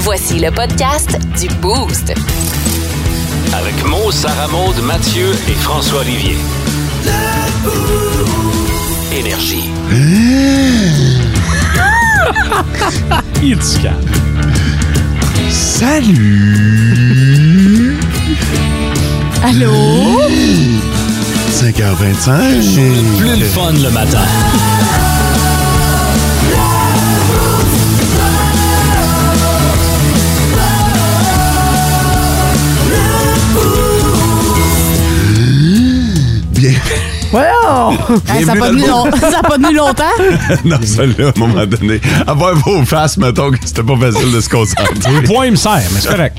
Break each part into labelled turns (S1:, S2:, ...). S1: Voici le podcast du Boost.
S2: Avec Mo, Sarah Maud, Mathieu et François Olivier. Énergie.
S3: Hein? Il est du calme.
S4: Salut!
S5: Allô?
S4: 5h25.
S3: Plus le fun le matin.
S4: Bien.
S5: Wow!
S4: Bienvenue
S5: Oh! ça n'a
S4: dans
S5: pas,
S4: le
S5: tenu
S4: monde.
S5: long- ça a pas tenu longtemps.
S4: non, celle-là, à un moment donné. Avoir vos faces, mettons que c'était pas facile de se concentrer.
S3: Le point, il me sert, mais c'est correct.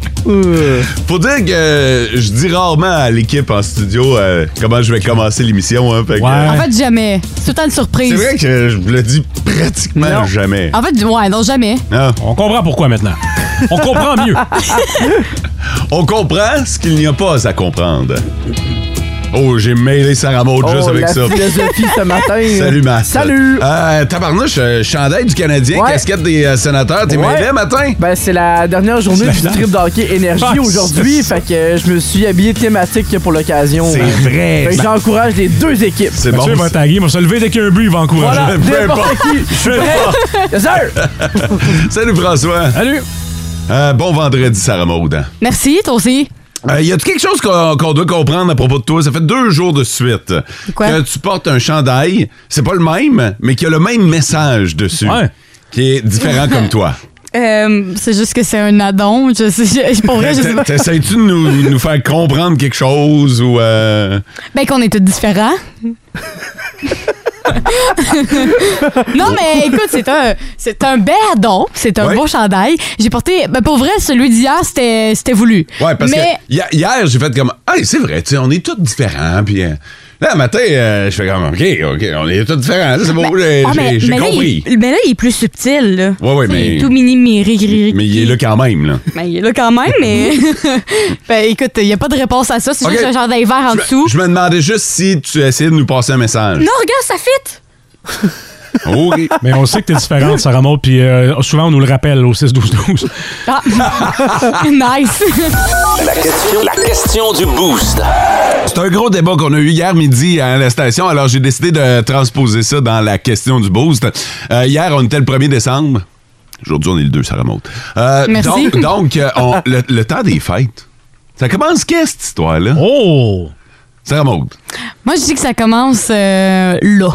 S4: Faut dire que euh, je dis rarement à l'équipe en studio euh, comment je vais commencer l'émission. Hein, fait que,
S3: Ouais.
S4: euh,
S5: En fait, jamais. C'est tout le temps une surprise.
S4: c'est vrai que je vous le dis pratiquement
S3: Non.
S4: jamais.
S5: En fait, ouais, non, jamais.
S4: Ah.
S3: On comprend pourquoi maintenant. On comprend mieux.
S4: On comprend ce qu'il n'y a pas à comprendre. Oh, j'ai mêlé Sarah Maud
S6: Oh,
S4: juste avec
S6: la
S4: ça.
S6: philosophie ce matin.
S4: Salut, Matt.
S6: Salut.
S4: Euh, tabarnouche, euh, chandail du Canadien,
S6: Ouais.
S4: casquette des euh, sénateurs. T'es
S6: Ouais.
S4: mêlé matin?
S6: Ben, c'est la dernière journée
S3: C'est la
S6: du
S3: finale.
S6: trip d'hockey
S3: Ah,
S6: énergie
S3: c'est
S6: aujourd'hui,
S3: ça.
S6: fait que euh, je me suis habillé thématique pour l'occasion.
S4: C'est
S6: Ben,
S4: vrai.
S6: fait que j'encourage les deux équipes.
S4: C'est bon.
S3: Mathieu va taguer, il va se lever dès qu'il y a un but, il va encourager.
S6: Voilà,
S4: peu
S6: n'importe
S4: importe.
S6: qui.
S3: Peu importe.
S6: Yes, sir.
S4: Salut, François.
S3: Salut.
S4: Euh, bon vendredi, Sarah Maud. Euh,
S5: Merci, toi aussi.
S4: y a-tu quelque chose qu'on qu'on doit comprendre à propos de toi? Ça fait deux jours de suite
S5: quoi?
S4: que tu portes un chandail. C'est pas le même, mais qui a le même message dessus.
S3: Ouais.
S4: Qui est différent comme toi.
S5: Euh, c'est juste que c'est un addon. Je sais, je- pour vrai, je
S4: Ben,
S5: sais pas.
S4: T'essayes-tu de nous, nous faire comprendre quelque chose ou. euh,
S5: Ben, qu'on est tous différents. non, mais écoute, c'est un, c'est un bel addon. C'est un
S4: Ouais.
S5: beau chandail. J'ai porté. Ben, pour vrai, celui d'hier, c'était c'était voulu.
S4: Ouais, parce
S5: mais,
S4: que hi- hier, j'ai fait comme Hey, c'est vrai, tu sais, on est tous différents. Puis euh, là, le matin, euh, je fais comme OK, OK, on est tous différents. C'est bon, j'ai
S7: Ah, mais,
S4: j'ai- j'ai
S7: mais là,
S4: compris.
S7: il, mais là, il est plus subtil. Là.
S4: Ouais, ouais,
S7: Tu sais,
S4: mais-
S7: Il est tout mini, miri, gris,
S4: Mais il est là quand même, là.
S7: il est là quand même, mais.
S5: Ben, écoute, il n'y a pas de réponse à ça. C'est
S4: Ok.
S5: juste un chandail vert en
S4: Je me-
S5: dessous.
S4: Je me demandais juste si tu essayais de nous passer un message.
S7: non, regarde, ça fit!
S4: OK.
S3: Mais on sait que t'es différente, Sarah Maud, puis euh, souvent on nous le rappelle au 6-12-12.
S5: Ah. nice.
S2: La question, la question du boost.
S4: C'est un gros débat qu'on a eu hier midi à la station, alors j'ai décidé de transposer ça dans la question du boost. Euh, hier, on était le 1er décembre. Aujourd'hui, on est le 2, Sarah Maud. Euh,
S5: Merci.
S4: Donc, donc, euh, on- le, le temps des fêtes. Ça commence qu'est-ce, cette histoire-là?
S3: Oh!
S4: Sarah Maud.
S5: Moi, je dis que ça commence euh, là.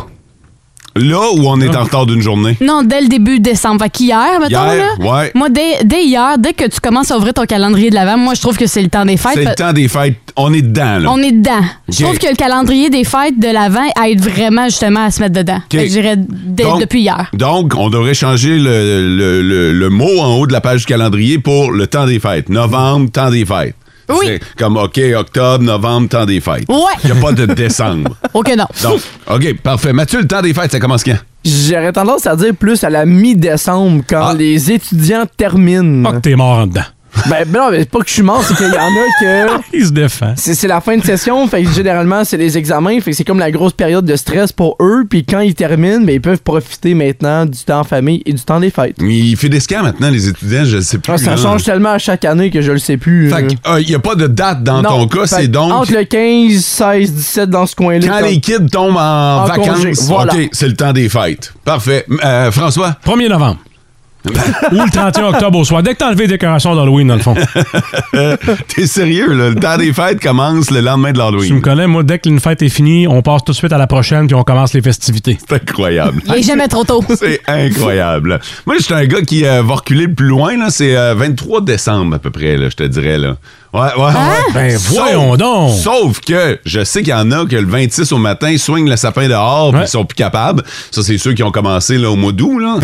S4: Là où on
S5: Euh,
S4: est en retard d'une journée.
S5: Non, dès le début décembre. Fait qu'hier, mettons,
S4: Hier,
S5: là.
S4: ouais.
S5: Moi, dès, dès hier, dès que tu commences à ouvrir ton calendrier de l'avant, moi, je trouve que c'est le temps des fêtes.
S4: C'est le
S5: Fait-
S4: temps des fêtes. On est dedans, là.
S5: euh, On est dedans. Je
S4: Ok.
S5: trouve que le calendrier des fêtes de l'avant aide vraiment justement à se mettre dedans. Fait que Je dirais dès-
S4: Donc-
S5: depuis hier.
S4: Donc, on devrait changer le, le- le- le mot en haut de la page du calendrier pour le temps des fêtes. Novembre, temps des fêtes.
S5: Oui.
S4: C'est comme, OK, octobre, novembre, temps des fêtes.
S5: Ouais.
S4: Il n'y a pas de décembre.
S5: OK, non.
S4: Donc, OK, parfait. Mathieu, le temps des fêtes, ça commence quand?
S6: J'aurais tendance à dire plus à la mi-décembre quand
S4: Ah.
S6: les étudiants terminent.
S3: Pas que t'es mort en dedans.
S6: Ben, ben non, mais c'est pas que je suis mort, c'est qu'il y en a que.
S3: Il se défend.
S6: C'est c'est la fin de session, fait que généralement c'est les examens, fait que c'est comme la grosse période de stress pour eux, puis quand ils terminent, ben, ils peuvent profiter maintenant du temps en famille et du temps des fêtes.
S4: Il fait des scans maintenant, les étudiants, je ne sais plus. hein.
S6: Ah, ça
S4: là.
S6: change tellement à chaque année que je le sais plus.
S4: Fait
S6: euh.
S4: que, euh, il n'y a pas de date dans
S6: Non,
S4: ton cas,
S6: fait
S4: c'est
S6: que
S4: donc
S6: Entre le 15, 16, 17 dans ce coin-là.
S4: quand
S6: comme-
S4: les kids tombent en,
S6: En
S4: vacances.
S6: congé, voilà.
S4: OK, c'est le temps des fêtes. Parfait. Euh, François?
S3: 1er novembre. Ou le 31 octobre au soir. Dès que t'as enlevé les décorations d'Halloween, dans le fond.
S4: T'es sérieux, là? Le temps des fêtes commence le lendemain de
S3: Tu me
S4: l'Halloween.
S3: connais, moi, dès que une fête est finie, on passe tout de suite à la prochaine puis on commence les festivités.
S4: C'est incroyable.
S5: Il est jamais trop tôt.
S4: C'est incroyable. Moi, je suis un gars qui euh, va reculer le plus loin, là. C'est euh, 23 décembre, à peu près, là, je te dirais, là. Ouais, ouais,
S5: Hein?
S4: ouais.
S3: Ben,
S4: Sauf-
S3: voyons donc.
S4: Sauf que je sais qu'il y en a que le 26 au matin soignent le sapin dehors puis
S3: Ouais.
S4: ils sont plus capables. Ça, c'est ceux qui ont commencé là, au mois d'août. là.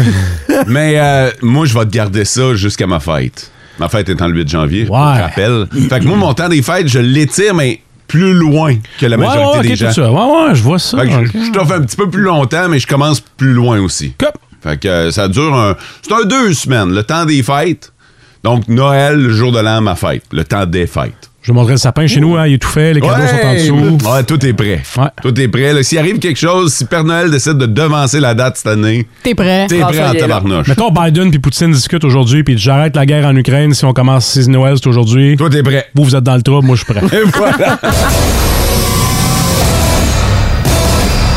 S4: Mais euh, moi, je vais te garder ça jusqu'à ma fête. Ma fête est en le 8 janvier, je
S3: Ouais.
S4: rappelle. Fait que moi, mon temps des fêtes, je l'étire, mais plus loin que la
S3: Ouais, ouais,
S4: majorité
S3: ouais,
S4: des
S3: ok,
S4: gens.
S3: tout ça. Ouais, ouais, je vois ça.
S4: Fait que je-
S3: Ok.
S4: je, t'offre un petit peu plus longtemps, mais je commence plus loin aussi.
S3: Cop.
S4: Fait que euh, ça dure un. C'est un deux semaines, le temps des fêtes. Donc, Noël, le jour de l'an, ma fête. Le temps des fêtes.
S3: Je montrerai le sapin chez nous, hein, il est tout fait, les cadeaux sont en dessous.
S4: Ouais, tout est prêt.
S3: Ouais.
S4: Tout est prêt. là. S'il arrive quelque chose, si Père Noël décide de devancer la date cette année,
S5: T'es prêt?
S4: t'es prêt
S6: François,
S4: en
S6: il est là.
S4: tabarnouche.
S3: Mettons Biden puis Poutine discutent aujourd'hui, puis j'arrête la guerre en Ukraine si on commence 6 Noël, c'est aujourd'hui.
S4: Toi, t'es prêt.
S3: Vous, vous êtes dans le trouble, moi, je suis prêt.
S4: Et voilà.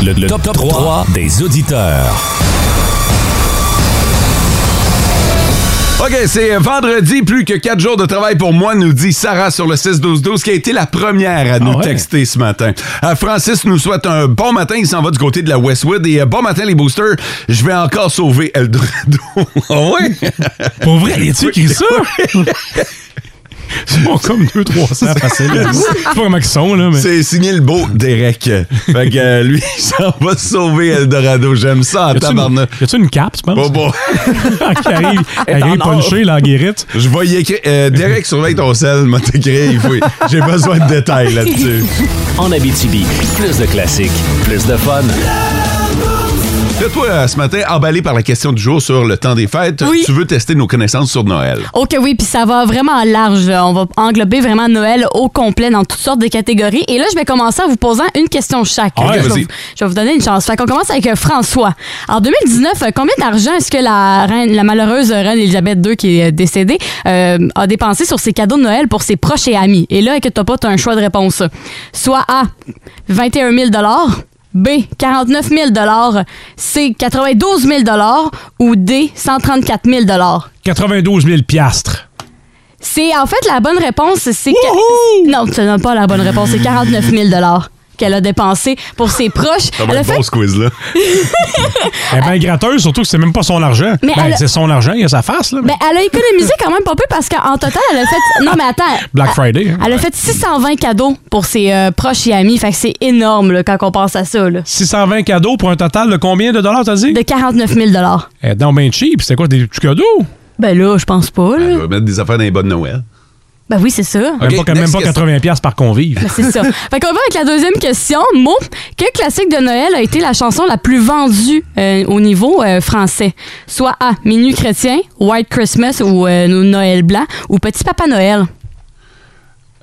S2: Le, le top, 3, des auditeurs.
S4: OK, c'est vendredi, plus que quatre jours de travail pour moi, nous dit Sarah sur le 6-12-12, qui a été la première à nous
S3: Ah ouais?
S4: texter ce matin. Euh, Francis nous souhaite un bon matin, il s'en va du côté de la Westwood, et euh, bon matin les boosters, je vais encore sauver Eldorado. Ah ouais?
S3: Pour vrai, y a-tu écrit ça? Ils sont comme 200-300 faciles.
S4: hein?
S3: Je sais pas comment ils sont, là, mais.
S4: C'est signé le beau Derek. Fait que euh, lui, il s'en va sauver Eldorado, j'aime ça en
S3: Y a-tu une,
S4: tabarnak.
S3: y a-tu une cape, tu penses?
S4: Bon, bon.
S3: qui arrive, elle arrive punchée, là, en guérite.
S4: Je vais y écrire. euh, Derek, surveille ton sel, m'a écrit. il faut- J'ai besoin de détails là-dessus.
S2: En Abitibi, plus de classiques, plus de fun.
S4: Toi, euh, ce matin, emballé par la question du jour sur le temps des fêtes,
S5: Oui.
S4: tu veux tester nos connaissances sur Noël.
S5: Ok, oui, puis ça va vraiment large. là. On va englober vraiment Noël au complet dans toutes sortes de catégories. Et là, je vais commencer en vous posant une question chaque.
S3: Ah ouais,
S5: je, vais
S4: vas-y.
S5: vous, je vais vous donner une chance. Fait qu'on commence avec euh, François. En 2019, euh, combien d'argent est-ce que la reine, la malheureuse reine Elisabeth II qui est euh, décédée euh, a dépensé sur ses cadeaux de Noël pour ses proches et amis? Et là, que t'as pas, t'as un choix de réponse. Soit A, 21 000 B, 49 000 C, 92 000 ou D, 134 000
S3: 92 000 piastres.
S5: c'est en fait la bonne réponse, c'est que... non, tu donnes pas la bonne réponse, c'est 49 000 dollars qu'elle a dépensé pour ses proches.
S4: Ça
S5: Elle
S4: va
S5: a
S4: être
S5: fait
S4: bon ce quiz-là.
S3: Elle est bien gratteuse, surtout que c'est même pas son argent.
S5: Mais
S3: Ben,
S5: elle a-
S3: c'est son argent, il y a sa face, là. mais-
S5: ben, elle a économisé quand même pas peu parce qu'en total, elle a fait. Non, mais attends.
S3: Black Friday. hein.
S5: Ah, Elle a fait 620 cadeaux pour ses euh, proches et amis. Fait que c'est énorme là, quand on pense à ça. Là.
S3: 620 cadeaux pour un total de combien de dollars, t'as dit?
S5: De 49 000
S3: Eh, donc, ben cheap. C'était quoi, des petits cadeaux?
S5: Ben là, je pense pas.
S4: Je
S5: Là.
S4: vais mettre des affaires dans les bonnes Noël.
S5: Ben oui, c'est ça.
S4: Ok,
S3: même pas, même
S4: next
S3: pas
S4: question.
S3: 80 piastres par convive.
S5: Ben, c'est ça. Fait qu'on va avec la deuxième question. Mo, quel classique de Noël a été la chanson la plus vendue euh, au niveau euh, français? Soit A, Minuit chrétien, White Christmas ou euh, Noël blanc ou Petit Papa Noël.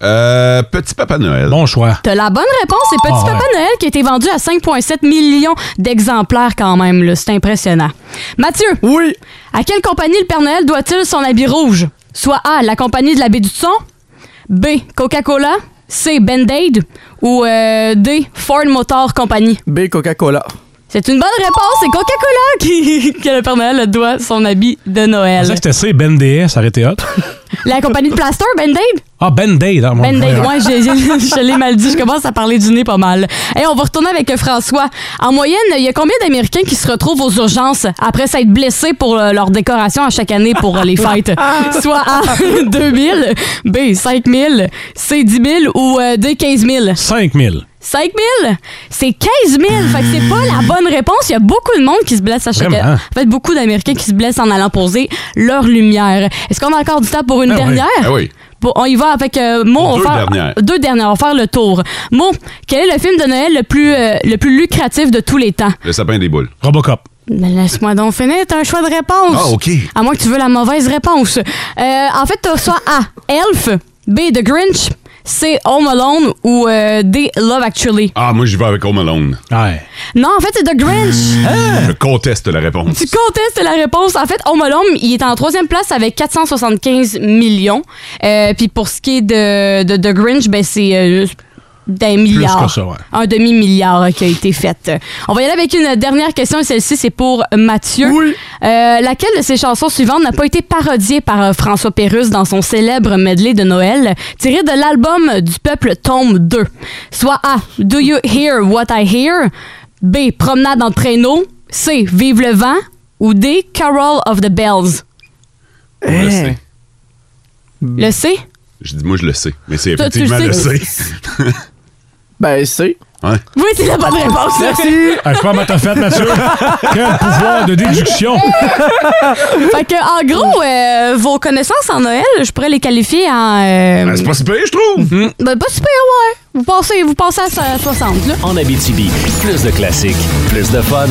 S4: Euh, petit Papa Noël.
S3: Bon choix.
S5: T'as la bonne réponse, c'est Petit
S3: Ah,
S5: Papa Noël qui a été vendu à 5,7 millions d'exemplaires quand même. là. C'est impressionnant. Mathieu,
S6: Oui!
S5: à quelle compagnie le Père Noël doit-il son habit rouge? Soit A, la compagnie de l'abbé Dutson, B, Coca-Cola, C, Band-Aid ou euh, D, Ford Motor Company.
S6: B, Coca-Cola.
S5: C'est une bonne réponse. C'est Coca-Cola qui, que le Père Noël doit son habit de
S3: Je
S5: Noël.
S3: pensais que c'était C, Ben DS, arrêtez hot.
S5: La compagnie de plaster, Band-Aid?
S3: Ah, Ben Day, dans mon
S5: Band-Aid, ouais, j'ai- j'ai- je l'ai mal dit. Je commence à parler du nez pas mal. Et on va retourner avec euh, François. En moyenne, il y a combien d'Américains qui se retrouvent aux urgences après s'être blessés pour euh, leur décoration à chaque année pour euh, les fêtes? Soit A, 2000, B, 5000, C, 10 000 ou euh, D, 15 000?
S3: 5 000.
S5: 5 000? C'est 15 000. Fait que c'est pas la bonne réponse. Il y a beaucoup de monde qui se blesse à chaque
S3: Vraiment? hein?
S5: En fait, beaucoup d'Américains qui se blessent en allant poser leur lumière. Est-ce qu'on a encore du temps pour une
S3: Ah oui.
S5: dernière?
S4: Ah oui.
S5: Bon, on y va avec euh, Mo. on
S4: Deux
S5: va faire-
S4: dernières.
S5: Deux dernières. On va faire le tour. Mo, quel est le film de Noël le plus, euh, le plus lucratif de tous les temps?
S4: Le sapin des boules.
S3: Robocop.
S5: Ben, Laisse-moi donc finir. T'as un choix de réponse.
S4: Ah, OK.
S5: À moins que tu veux la mauvaise réponse. Euh, en fait, t'as soit A, Elf, B, The Grinch, C, Home Alone ou euh, D, Love Actually.
S4: Ah, moi, j'y vais avec Home Alone.
S3: Ouais.
S5: Non, en fait, c'est The Grinch.
S4: Je conteste la réponse.
S5: Tu contestes la réponse. En fait, Home Alone, il est en troisième place avec 475 millions. Euh, Puis pour ce qui est de, de, de Grinch, ben c'est euh, d'un milliard.
S3: que ça, ouais.
S5: Un demi-milliard qui a été fait. On va y aller avec une dernière question. Celle-ci, c'est pour Mathieu. Euh, laquelle de ces chansons suivantes n'a pas été parodiée par euh, François Pérusse dans son célèbre medley de Noël, tiré de l'album du peuple Tombe 2? Soit A. Do you hear what I hear? B. Promenade en traîneau. C. Vive le vent. Ou D. Carol of the Bells.
S4: Je le sais.
S5: Le C?
S4: Je dis, moi, je le sais. Mais c'est
S5: Toi, tu le
S4: effectivement le
S5: sais.
S4: C.
S6: Ben, C.
S4: Ouais.
S5: Oui, c'est la bonne réponse.
S6: Merci!
S3: Ah, je sais pas comment t'as fait, Mathieu. Quel pouvoir de déduction.
S5: fait que, en gros, euh, vos connaissances en Noël, je pourrais les qualifier en... euh,
S4: Ben, c'est pas si pire, je trouve.
S5: ben, pas super, ouais. Vous pensez, vous pensez à so- 60, là.
S2: En Abitibi, plus de classiques, plus de fun.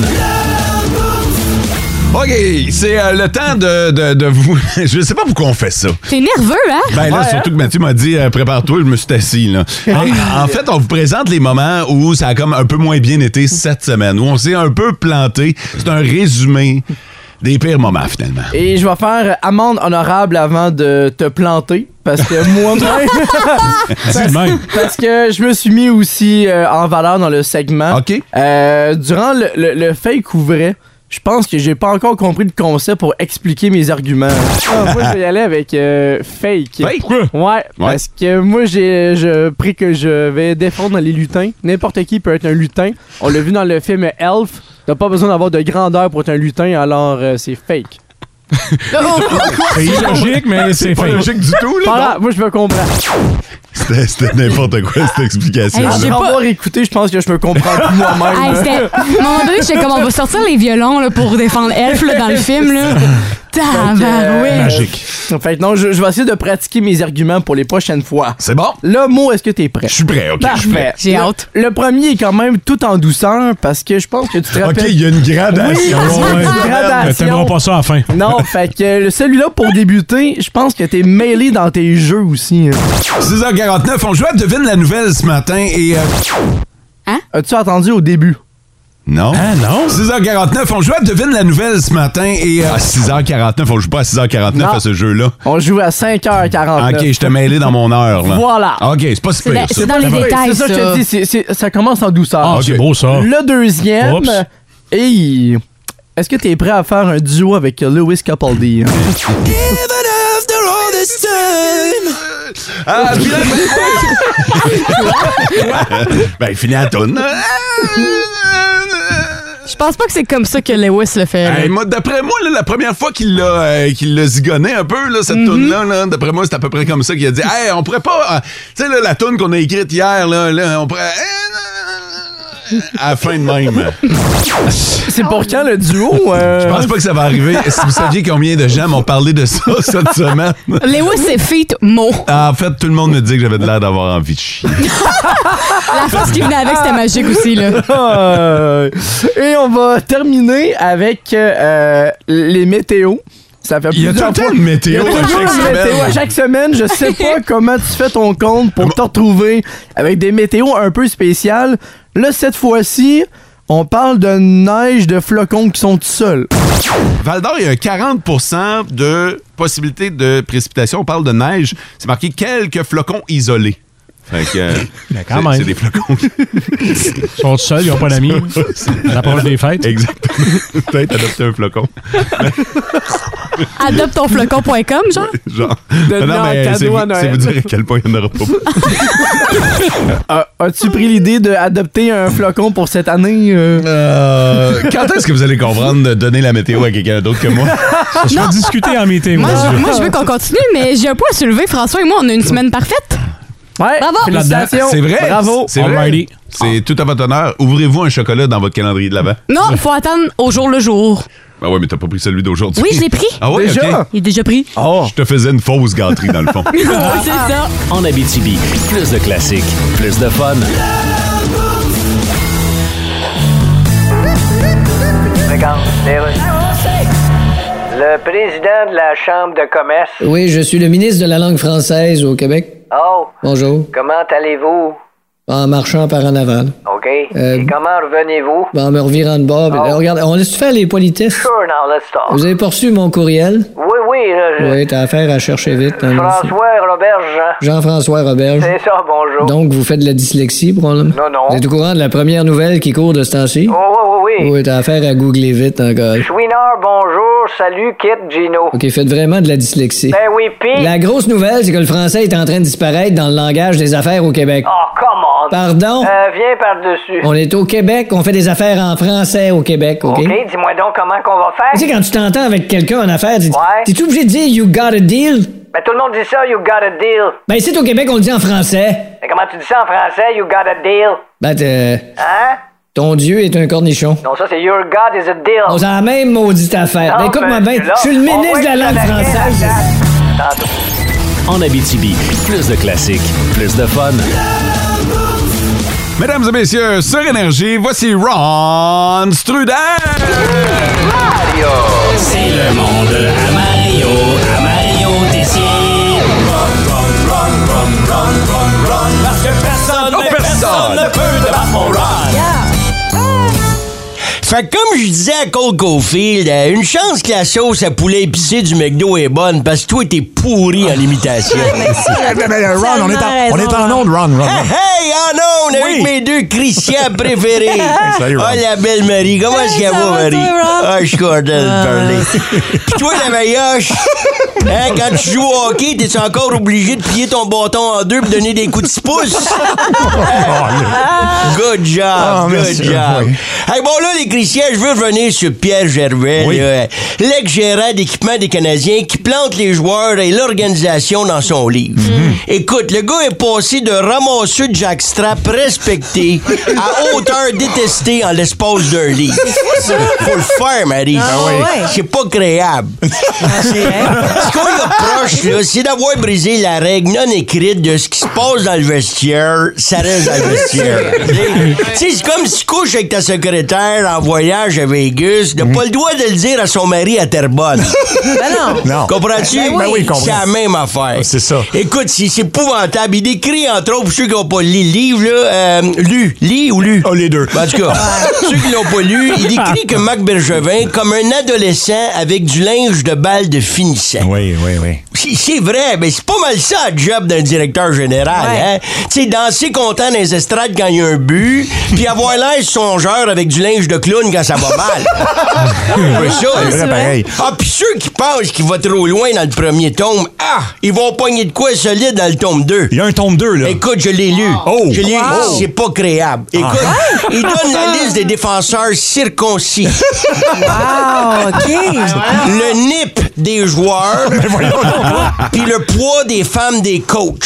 S4: OK, c'est euh, le temps de, de- de vous. Je sais pas pourquoi on fait ça.
S5: T'es nerveux, hein?
S4: Ben là, surtout que Mathieu m'a dit euh, prépare-toi, je me suis assis. Là. Hey, en fait, on vous présente les moments où ça a comme un peu moins bien été cette semaine, où on s'est un peu planté. C'est un résumé des pires moments, finalement.
S6: Et je vais faire amende honorable avant de te planter. Parce que moi-même,
S3: Dis de même.
S6: parce que je me suis mis aussi euh, en valeur dans le segment.
S4: OK.
S6: Euh, durant le, le- le fake ou vrai, je pense que j'ai pas encore compris le concept pour expliquer mes arguments. Ah, moi, je vais y aller avec euh, fake.
S4: Fake?
S3: Pourquoi?
S6: Ouais, parce que moi, j'ai je prie que je vais défendre les lutins. N'importe qui peut être un lutin. On l'a vu dans le film Elf. T'as pas besoin d'avoir de grandeur pour être un lutin, alors euh, c'est fake.
S3: C'est illogique, mais c'est
S4: Pas
S3: fake.
S4: logique du tout, là.
S6: Voilà, moi, je me comprends.
S4: C'était c'était n'importe quoi, cette explication-là.
S5: Ah, Hey, j'ai-
S6: Sans
S5: pas-
S6: avoir écouté, je pense que je me comprends plus
S5: Hey,
S6: moi-même.
S5: c'était- à un moment donné, j'étais comme, on va sortir les violons là, pour défendre Elf là, dans le film. Là. Ah, ben, Tabarouette.
S4: Magique.
S6: Fait que non, je, je vais essayer de pratiquer mes arguments pour les prochaines fois.
S4: C'est bon?
S6: Là, Mo, est-ce que t'es prêt?
S4: Je suis prêt, OK, je suis prêt.
S6: Parfait.
S5: J'ai
S6: Le-
S5: hâte.
S6: Le premier est quand même tout en douceur parce que je pense que tu te
S4: OK,
S6: rappelles.
S4: il y a une gradation.
S3: Ouais.
S6: Gradation.
S3: Mais T'aimeras pas ça à la fin.
S6: Non, fait que le- celui-là, pour débuter, je pense que t'es mêlé dans tes jeux aussi. hein.
S4: 6h49, on joue à Devine la nouvelle ce matin et... euh,
S5: Hein?
S6: As-tu entendu au début?
S4: Hein, Non.
S3: Ah non?
S4: 6h49, on joue à Devine la nouvelle ce matin et... euh, À 6h49, on joue pas à 6h49
S6: Non.
S4: à ce jeu-là.
S6: On joue à 5h49.
S4: OK, je te mêlé dans mon heure. Là. Ah.
S6: Voilà.
S4: OK, c'est pas si
S5: C'est
S4: pire,
S5: dans-
S4: ça.
S5: C'est dans les
S3: Oui,
S5: détails,
S6: C'est ça
S5: ça.
S6: que je te dis, c'est- c'est- ça commence en douceur.
S3: Ah,
S4: OK.
S3: c'est beau ça.
S6: Le deuxième.
S3: Oups.
S6: Hey, est-ce que t'es prêt à faire un duo avec Lewis Capaldi? hein?
S4: Ah, puis là, ben, il finit la toune.
S5: Je pense pas que c'est comme ça que Lewis le fait. là.
S4: Hey, moi, d'après moi, là, la première fois qu'il l'a euh, qu'il l'a zigonné un peu, là, cette toune-là, là, d'après moi, c'est à peu près comme ça qu'il a dit Hey, on pourrait pas. euh, tu sais, là, la toune qu'on a écrite hier, là, là, on pourrait. À la fin de même.
S6: C'est pour quand le duo? euh?
S4: Je pense pas que ça va arriver. Si vous saviez combien de gens m'ont parlé de ça cette semaine.
S5: Lewis, c'est feat mot.
S4: En fait, tout le monde me dit que j'avais de l'air d'avoir envie de chier.
S5: La force qui venait avec, c'était magique aussi. Là.
S6: Euh, Et on va terminer avec euh, les météos. Ça fait
S4: Il y a tout
S6: plusieurs
S4: le temps
S6: fois-
S4: une
S6: Il y a
S4: météo à
S6: toujours
S4: chaque
S6: une météo à
S4: semaine.
S6: chaque semaine. Je sais pas comment tu fais ton compte pour te retrouver avec des météos un peu spéciales. Là, cette fois-ci, on parle de neige, de flocons qui sont tout seuls.
S4: Val d'Or, il y a 40 de possibilité de précipitation. On parle de neige. C'est marqué quelques flocons isolés. Fait que, euh,
S3: Mais quand
S4: c'est
S3: même.
S4: c'est des flocons.
S3: Ils sont seuls, ils n'ont pas d'amis. À l'approche des fêtes.
S4: Exactement. Peut-être adopter un flocon.
S5: Adoptonflocon.com, genre.
S4: Genre.
S6: Donne-le en cadeau
S4: c'est vous,
S6: à Noël.
S4: c'est vous dire à quel point il n'y en aura pas.
S6: Euh, As-tu pris l'idée d'adopter un flocon pour cette année? euh?
S4: Euh, quand est-ce que vous allez comprendre de donner la météo à quelqu'un d'autre que moi?
S3: Je vais discuter en meeting.
S5: Moi,
S3: mon
S5: je,
S3: Dieu.
S5: moi, je veux qu'on continue, mais j'ai un point à soulever. François et moi, on a une semaine parfaite.
S6: Ouais,
S5: Bravo!
S6: félicitations.
S4: C'est vrai.
S6: Bravo.
S4: C'est vrai.
S3: Alrighty.
S4: C'est tout à votre honneur. Ouvrez-vous un chocolat dans votre calendrier de l'avant.
S5: Non, faut attendre au jour le jour.
S4: Ah ouais, mais t'as pas pris celui d'aujourd'hui.
S5: Oui, je l'ai pris.
S4: Ah ouais,
S6: Déjà?
S4: ok.
S5: Il est déjà pris.
S3: Oh.
S4: Je te faisais une fausse gâterie dans le fond.
S5: c'est ça.
S2: En Abitibi, plus de classiques, plus de fun.
S8: Le président de la Chambre de commerce.
S9: Oui, je suis le ministre de la langue française au Québec.
S8: Oh,
S9: Bonjour.
S8: comment allez-vous?
S9: En marchant par en avant. là.
S8: OK.
S9: Euh, ben,
S8: Et comment revenez-vous?
S9: En me revirant de bord. puis-
S8: Oh.
S9: Regarde, on laisse faire les politesses.
S8: Sure, now let's talk.
S9: Vous avez pas reçu mon courriel?
S8: Oui, Ah oui, là, je-
S9: Oui, t'as affaire à chercher vite. hein, merci.
S8: François Robert Jean.
S9: Jean-François Roberge.
S8: C'est ça, bonjour.
S9: Donc, vous faites de la dyslexie, probablement?
S8: Non, non.
S9: Vous êtes au courant de la première nouvelle qui court de ce temps-ci?
S8: Oh, oui, oui, oui.
S9: Oui, t'as affaire à googler vite encore.
S8: Chouinard, bonjour. Salut, Kit Gino.
S9: OK, faites vraiment de la dyslexie.
S8: Ben oui, pis.
S9: La grosse nouvelle, c'est que le français est en train de disparaître dans le langage des affaires au Québec.
S8: Oh, come on.
S9: Pardon?
S8: Euh, viens par-dessus.
S9: On est au Québec, on fait des affaires en français au Québec, OK?
S8: OK, dis-moi donc comment qu'on va
S9: Tu sais,
S8: faire.
S9: quand tu t'entends avec quelqu'un en affaires, tu
S8: Ouais.
S9: t'es obligé de dire You got a deal?
S8: Ben, tout le monde dit ça, you got a deal.
S9: Ben, ici, au Québec, on le dit en français.
S8: Mais comment tu dis ça en français, you got a deal?
S9: Ben, t'es-
S8: Hein?
S9: ton Dieu est un cornichon.
S8: Non, ça, c'est your God is a deal.
S9: On s'en a même maudite affaire. Ben,
S8: Non,
S9: écoute-moi
S8: ben,
S9: bien,
S8: là,
S9: je suis le
S8: on
S9: ministre
S8: voit
S9: de la
S8: que
S9: langue
S8: ça fait
S9: française.
S8: la tête.
S2: En Abitibi, plus de classiques, plus de fun.
S4: Mesdames et messieurs, sur Énergie, voici Ron Strudel!
S2: C'est le monde à Mario, à Mario Tessier. Parce que personne,
S4: mais personne ne
S2: peut débattre mon
S10: Fait que comme je disais à Cole Caulfield, euh, une chance que la sauce à poulet épicé du McDo est bonne parce que toi, t'es pourri en imitation. Eh,
S11: Ben, ben, Ron, on est, en,
S7: Tellement
S11: on est en
S7: raison,
S11: onde, Ron, Ron.
S10: Hey, hey, ah non, on est avec mes deux Christians préférés.
S11: Salut, Ron.
S10: Ah, la belle Marie. Comment est-ce
S7: Hey,
S10: qu'elle
S7: ça
S10: va,
S7: va,
S10: Marie?
S7: toi, Ron?
S10: Ah, je suis content de parler. Puis toi, la maillotche, hein, quand tu joues au hockey, t'es encore obligé de plier ton bâton en deux et donner des coups de six pouces? Good job,
S11: Ah,
S10: good
S11: merci.
S10: job.
S11: Oui.
S10: Hey, bon, là, les Christians, je veux revenir sur Pierre Gervais,
S11: Oui.
S10: là, euh, l'ex-gérant d'équipement des Canadiens qui plante les joueurs et l'organisation dans son livre.
S11: Mhm.
S10: Écoute, le gars est passé de ramasseux de jackstrap respecté à hauteur détestée en l'espace d'un livre. Faut le faire, Marie.
S7: Ah ouais.
S10: C'est pas créable. Ce qu'on lui reproche, là, c'est d'avoir brisé la règle non écrite de ce qui se passe dans le vestiaire, ça reste dans le vestiaire. Tu sais, c'est comme si tu couches avec ta secrétaire en voyage à Vegas, de pas le droit de le dire à son mari à Terrebonne.
S7: Ben non.
S11: Non.
S10: Comprends-tu?
S11: Ben oui. Ben oui, comprends.
S10: C'est la même affaire.
S11: C'est ça.
S10: Écoute, c'est c'est épouvantable. Il décrit, entre autres, pour ceux qui n'ont pas lu le livre, là, euh, lu, li ou lu?
S11: Oh, les deux.
S10: Ben, en tout cas, ceux qui l'ont pas lu, il décrit que Marc Bergevin comme un adolescent avec du linge de balle de finissant.
S11: Oui, oui, oui.
S10: C'est- C'est vrai, mais c'est pas mal ça, le job d'un directeur général. Hein? Tu sais, danser content dans les estrades quand il y a un but, puis avoir l'air songeur avec du linge de clown quand ça va mal. Un peu ça.
S11: C'est vrai, pareil.
S10: Ah, puis ceux qui pensent qu'il va trop loin dans le premier tome, ah, ils vont pogner de quoi solide dans le tome 2.
S11: Il y a un tome 2, là.
S10: Écoute, je l'ai lu.
S11: Oh. Ah.
S10: Je l'ai lu.
S11: Wow.
S10: C'est pas créable. Écoute, il donne la liste des défenseurs circoncis.
S7: Ah, OK.
S10: le nip des joueurs,
S11: Ben,
S10: puis le poids des femmes des coachs.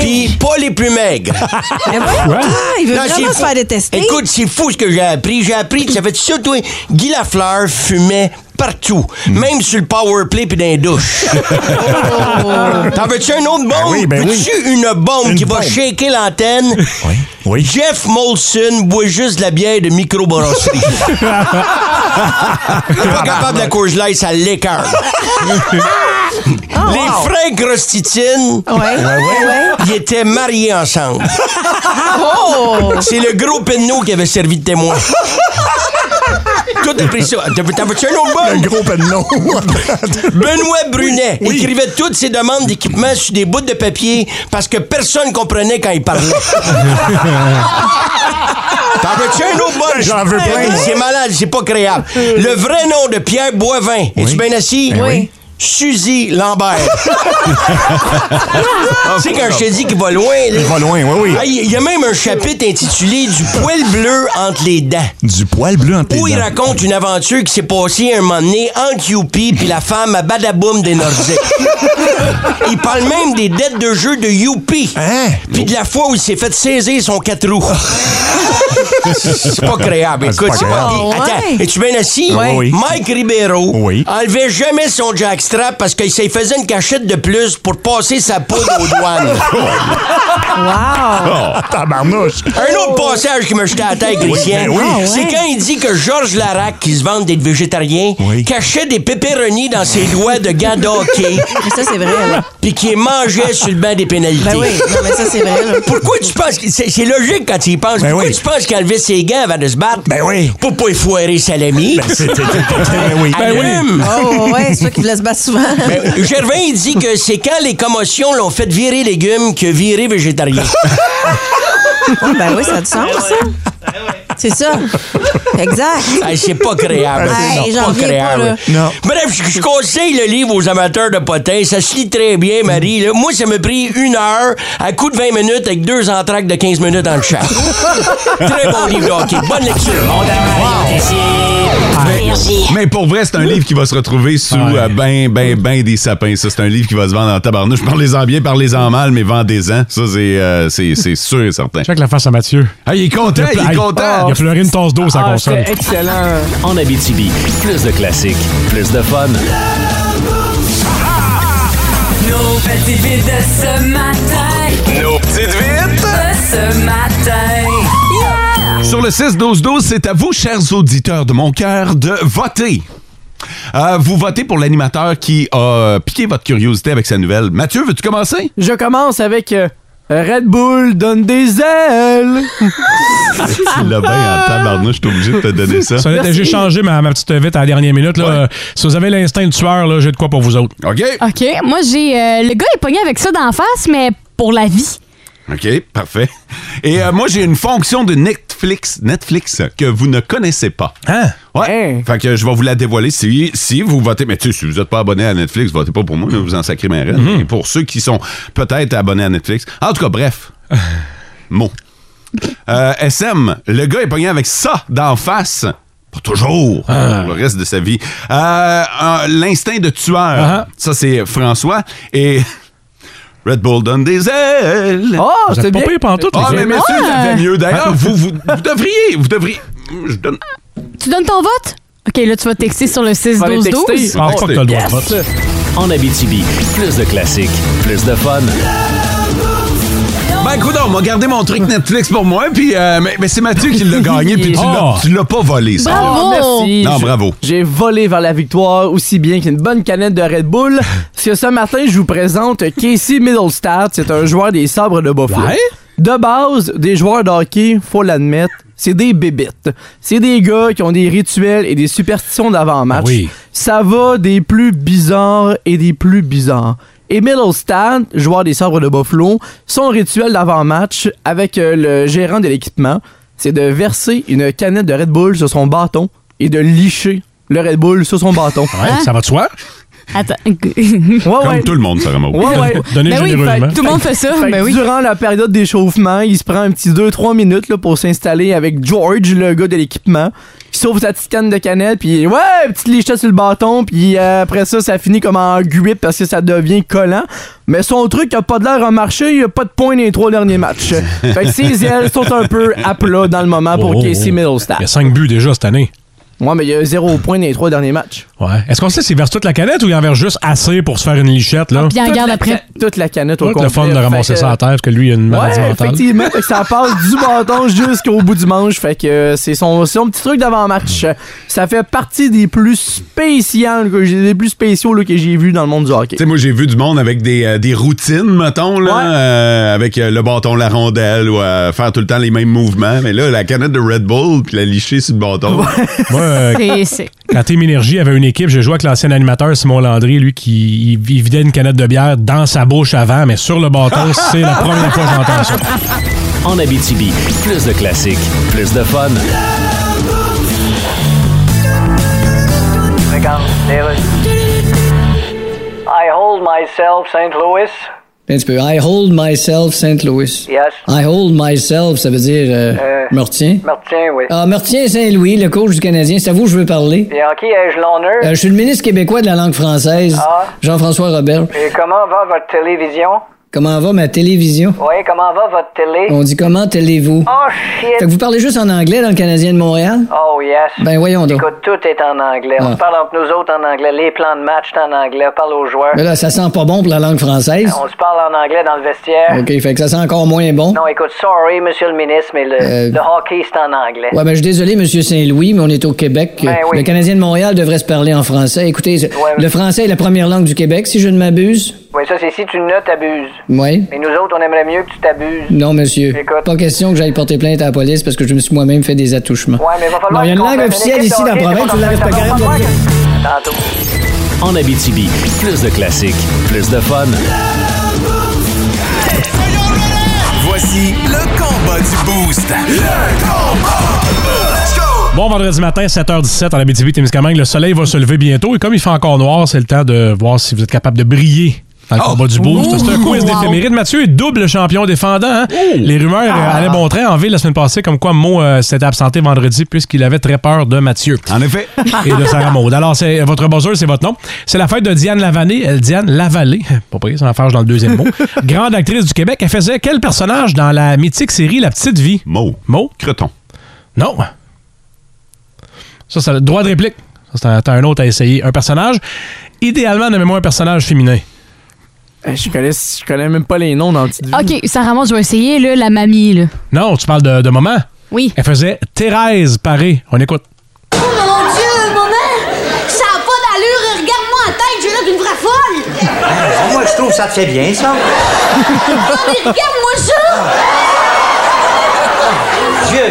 S10: Puis pas les plus maigres.
S7: Mais Ben, voyons, ah, il veut
S10: Non, c'est
S7: vraiment se
S10: fou.
S7: faire détester.
S10: Écoute, c'est fou ce que j'ai appris. J'ai appris, ça fait ça, toi, Guy Lafleur fumait partout,
S11: Hmm.
S10: même sur le power play puis dans les douches. T'en veux-tu un autre bombe?
S11: oui, ben oui.
S10: Veux-tu une bombe
S11: Une
S10: qui va
S11: bombe.
S10: shaker l'antenne?
S11: Oui. Oui.
S10: Jeff Molson boit juste de la bière de microbrasserie. pas capable de la courge light, ça l'écarte.
S11: Oh,
S10: Les frères Grostitine,
S7: Ouais. Ouais, ouais.
S10: ils étaient mariés ensemble.
S7: Oh!
S10: C'est le gros penneau qui avait servi de témoin. Toi, t'as pris ça. T'as t'as vu un autre
S11: Un
S10: bon?
S11: gros panneau.
S10: Benoît Brunet
S11: Oui, oui.
S10: écrivait toutes ses demandes d'équipement sur des bouts de papier parce que personne comprenait quand il parlait. T'en veux-tu un autre bon?
S11: J'en veux plein.
S10: C'est malade, c'est pas créable. Le vrai nom de Pierre Boivin. Es-tu bien assis?
S11: Ben oui.
S10: Suzy Lambert. tu sais, quand je te dis qu'il va loin, là.
S11: Il va loin, oui,
S10: Ah,
S11: oui.
S10: Il y a même un chapitre intitulé Du poil bleu entre les dents.
S11: Du poil bleu en tes
S10: Où il
S11: dents.
S10: raconte une aventure qui s'est passée un moment donné entre Youpi puis la femme à Badaboum des Nordiques. il parle même des dettes de jeu de Youpi.
S11: Hein?
S10: Puis de la fois où il s'est fait saisir son quatre roues. c'est pas créable.
S11: Ah, c'est
S10: Écoute,
S11: pas
S10: c'est pas-
S11: grave.
S10: Et- Attends,
S7: ouais.
S10: es-tu bien
S4: Ah
S10: assis?
S11: Ouais. Oui.
S10: Mike Ribeiro
S11: Oui.
S10: enlevait jamais son jackstrap parce qu'il s'y faisait une cachette de plus pour passer sa poudre aux douanes.
S11: Oh, tabarnouche.
S10: Un autre passage qui me jetait à la tête, Christian,
S11: ben oui. Ah,
S10: c'est quand il dit que Georges Larac, qui se vante d'être végétarien,
S11: Oui.
S10: cachait des pépéronis dans ses doigts de gants de hockey,
S7: Mais ça, c'est vrai, là.
S10: puis qu'il mangeait sur le banc des pénalités.
S7: Ben oui, non, mais ça, c'est vrai, là.
S10: Pourquoi tu penses que. C'est c'est logique quand tu y penses.
S11: Ben
S10: Pourquoi
S11: oui.
S10: tu penses qu'il enlevait ses gants avant de se battre?
S11: Ben oui.
S10: Pour pas effoirer Salami.
S11: C'était. Ben oui.
S10: Ah, Allume.
S7: Oh, ouais, c'est toi qui te laisse battre souvent.
S10: Ben, Gervais, il dit que c'est quand les commotions l'ont fait virer légumes que virer végétarien.
S7: Oh, ben oui, ça a du sens, ça. C'est ça. Exact.
S10: Hey, c'est pas créable.
S7: Hey,
S10: C'est
S7: j'en
S10: pas
S7: reviens
S10: créable.
S7: pas,
S11: là. Non.
S10: Bref, je, je conseille le livre aux amateurs de potins. Ça se lit très bien, Marie. là. Moi, ça m'a pris une heure à coup de 20 minutes avec deux entraques de 15 minutes en chat. très bon livre, de hockey. Bonne lecture.
S4: Mais pour vrai, c'est un livre qui va se retrouver sous
S3: Ouais.
S4: euh, ben, ben, ben des sapins. Ça, c'est un livre qui va se vendre en tabarnouche. Parlez-en bien, parlez-en mal, mais vendez-en. Ça, c'est euh, c'est- c'est sûr et certain.
S3: Check la face à Mathieu.
S4: Ah, il est content, il est
S3: Hey,
S4: content.
S3: Il a pleuré une tasse d'eau, sa
S6: Ah,
S3: console.
S6: c'était excellent.
S2: En Abitibi, plus de classiques, plus de fun.
S1: Nos petites vites de ce matin.
S2: Nos petites vites.
S1: De ce matin.
S4: Mmh. Sur le 6-12-12, c'est à vous, chers auditeurs de mon cœur, de voter. Euh, vous votez pour l'animateur qui a euh, piqué votre curiosité avec sa nouvelle. Mathieu, veux-tu commencer?
S6: Je commence avec euh, Red Bull donne des ailes.
S4: tu l'as bien en tabarnouche, je suis obligé de te donner ça.
S3: Ça a été- j'ai changé ma, ma petite vite à la dernière minute. Là. Si vous avez l'instinct de tueur, là, j'ai de quoi pour vous autres.
S4: OK.
S5: OK. Moi, j'ai. euh, le gars est pogné avec ça d'en face, mais pour la vie.
S4: OK, parfait. Et euh, moi, j'ai une fonction de Netflix, Netflix que vous ne connaissez pas.
S3: Hein?
S4: Ouais. Fait que je vais vous la dévoiler si, si vous votez. Mais tu sais, si vous n'êtes pas abonné à Netflix, votez pas pour moi, là, vous en sacrez ma reine. Et pour ceux qui sont peut-être abonnés à Netflix. En tout cas, bref. Mot. Euh, SM, le gars est pogné avec ça d'en face. Pas toujours, pour le reste de sa vie. Euh, euh, L'instinct de tueur, ça c'est François. Et Red Bull donne des ailes.
S6: Oh, c'était bien.
S4: Ah, mais monsieur, j'avais mieux. D'ailleurs, vous, vous, vous devriez, vous devriez. Je donne.
S5: Tu donnes ton vote? OK, là, tu vas texter sur le 6-12-12.
S3: Ah, Je pense pas que t'as le droit de
S2: Yes.
S3: vote.
S2: En Abitibi, plus de classiques, plus de fun.
S4: Ben, écoute, on m'a gardé mon truc Netflix pour moi, puis euh, mais, mais c'est Mathieu qui l'a gagné, puis tu l'as-
S3: Oh.
S4: tu l'as pas volé, ça.
S5: Bravo!
S6: Oh, merci.
S4: Non, bravo.
S6: J'ai volé vers la victoire aussi bien qu'une bonne canette de Red Bull. Parce que ce matin, je vous présente Casey Middlestad. C'est un joueur des sabres de Buffalo.
S3: Ouais?
S6: De base, des joueurs de hockey, faut l'admettre, c'est des bébites. C'est des gars qui ont des rituels et des superstitions d'avant-match.
S3: Ah oui.
S6: Ça va des plus bizarres et des plus bizarres. Et Middlestad, joueur des sabres de Buffalo, son rituel d'avant-match avec euh, le gérant de l'équipement, c'est de verser une canette de Red Bull sur son bâton et de licher le Red Bull sur son bâton.
S3: Ouais, ça va de soi?
S5: Attends.
S6: Ouais,
S4: Comme
S6: ouais.
S4: tout le monde, Sarah Maud.
S6: Ouais, ouais.
S3: Donnez
S5: Ben oui,
S3: généreusement.
S5: fait- tout le monde fait ça.
S6: Fait que
S5: Ben oui.
S6: Durant la période d'échauffement, il se prend un petit 2-3 minutes là, pour s'installer avec George, le gars de l'équipement. Il sauve sa petite canne de cannelle, puis ouais, petite lichette sur le bâton, puis euh, après ça, ça finit comme en grip parce que ça devient collant. Mais son truc a pas de l'air à marcher, il a pas de points dans les trois derniers matchs. fait que ses ailes sont un peu à plat dans le moment pour
S3: Oh,
S6: Casey
S3: oh.
S6: Middlestat.
S3: Il y a 5 buts déjà cette année.
S6: Ouais, mais il a zéro point dans les trois derniers matchs.
S3: Ouais. Est-ce qu'on sait s'il verse toute la canette ou il en verse juste assez pour se faire une lichette? là?
S5: Ah, Puis il en
S6: Toute
S5: garde
S6: la
S5: après.
S6: ca- Toute la canette au
S3: Tout
S6: complet.
S3: le fun de
S6: Fait
S3: ramasser
S6: que-
S3: ça à terre parce que lui, il a une maladie
S6: Ouais,
S3: mentale.
S6: effectivement, fait que ça passe du bâton jusqu'au bout du manche. Fait que euh, c'est son, son petit truc d'avant-match. Ça fait partie des plus spéciaux que j'ai des plus spéciaux là, que j'ai vu dans le monde du
S4: Tu
S6: hockey.
S4: sais, moi, j'ai vu du monde avec des, euh, des routines, mettons, là,
S6: Ouais.
S4: euh, avec euh, le bâton, la rondelle, ou euh, faire tout le temps les mêmes mouvements. Mais là, la canette de Red Bull, puis la licher sur le bâton.
S3: Moi, euh,
S5: C'est- c'est-
S3: Quand Team Énergie avait une équipe, j'ai joué avec l'ancien animateur Simon Landry, lui qui il, il vidait une canette de bière dans sa bouche avant, mais sur le bâton, c'est la première fois que j'entends ça.
S2: En Abitibi, plus de classiques, plus de fun.
S8: Regarde, les Russes. I hold myself, St. Louis.
S9: Un petit peu. Ben, I hold myself St. Louis.
S8: Yes.
S9: I hold myself, ça veut dire euh,
S8: Euh,
S9: me retiens.
S8: Martin, oui.
S9: Ah, me retiens Saint-Louis, le coach du Canadien, c'est à vous que je veux parler.
S8: Et en qui ai-je l'honneur?
S9: Euh, je suis le ministre québécois de la langue française,
S8: Ah.
S9: Jean-François Robert.
S8: Et comment va votre télévision?
S9: Comment va ma télévision?
S8: Oui, comment va votre télé?
S9: On dit comment allez-vous?
S8: Oh
S9: Fait que
S8: shit!
S9: vous parlez juste en anglais dans le Canadien de Montréal?
S8: Oh yes.
S9: Ben voyons donc.
S8: Écoute, tout est en anglais. On
S9: Ah.
S8: parle entre nous autres en anglais. Les plans de match, c'est en anglais. On parle aux joueurs.
S9: Mais là, ça sent pas bon pour la langue française.
S8: On se parle en anglais dans le vestiaire.
S9: OK, fait que ça sent encore moins bon.
S8: Non, écoute, sorry, monsieur le ministre, mais le,
S9: Euh,
S8: le hockey, c'est en anglais.
S9: Ouais, ben, je suis désolé, Monsieur Saint-Louis, mais on est au Québec.
S8: Ben
S9: Euh,
S8: oui.
S9: Le Canadien de Montréal devrait se parler en français. Écoutez, je-
S8: mais-
S9: le français est la première langue du Québec, si je ne m'abuse.
S8: Oui, ça, c'est si tu ne t'abuses.
S9: Oui.
S8: Mais nous autres, on aimerait mieux que tu t'abuses.
S9: Non, monsieur.
S8: Écoute.
S9: Pas question que j'aille porter plainte à la police parce que je me suis moi-même fait des attouchements.
S8: Ouais, mais il va falloir.
S9: Non, il y a une
S8: qu'on
S9: langue
S8: fasse
S9: officielle
S8: équipe
S9: ici
S8: de
S9: dans la
S8: hockey,
S9: province,
S8: ça,
S9: vous
S8: ça
S9: l'avez
S8: va
S9: pas
S8: faire
S9: capable de
S8: mal.
S9: le dire.
S8: Tantôt.
S2: En Abitibi, plus de classiques, plus de fun.
S12: Voici le combat du Boost.
S4: Euh,
S3: Bon vendredi matin, 7h17 en Abitibi, Témiscamingue. Le soleil va se lever bientôt et comme il fait encore noir, c'est le temps de voir si vous êtes capable de briller. Dans
S6: Ah.
S3: le combat du boost. C'est un quiz d'éphéméride. Mathieu est double champion défendant. hein? Les rumeurs
S4: Ah.
S3: euh, allaient bon train en ville la semaine passée, comme quoi Mo euh, s'était absenté vendredi puisqu'il avait très peur de Mathieu.
S4: En effet.
S3: et de Sarah Maud. Alors, c'est euh, votre buzzer, c'est votre nom. C'est la fête de Diane Lavallée. Euh, Diane Lavallée, pas pris, ça en fâche dans le deuxième mot. Grande actrice du Québec. Elle faisait quel personnage dans la mythique série La Petite Vie?
S4: Mo.
S3: Mo?
S4: Creton.
S3: Non. Ça, c'est le droit de réplique. Ça, c'est un, t'as un autre à essayer. Un personnage. Idéalement, nommez-moi un personnage féminin.
S6: Eh, Je connais, je connais même pas les noms dans le titre.
S5: OK, Sarah Maud, je vais essayer là, la mamie. Là.
S3: Non, tu parles de, de moment.
S5: Oui.
S3: Elle faisait Thérèse Paré. On écoute.
S13: Oh mon Dieu, maman! Ça a pas d'allure! Regarde-moi en tête, j'ai l'air d'une vraie folle!
S10: Ah, Moi, je trouve ça très bien, ça.
S13: Attendez, regarde-moi ça!
S10: Dieu,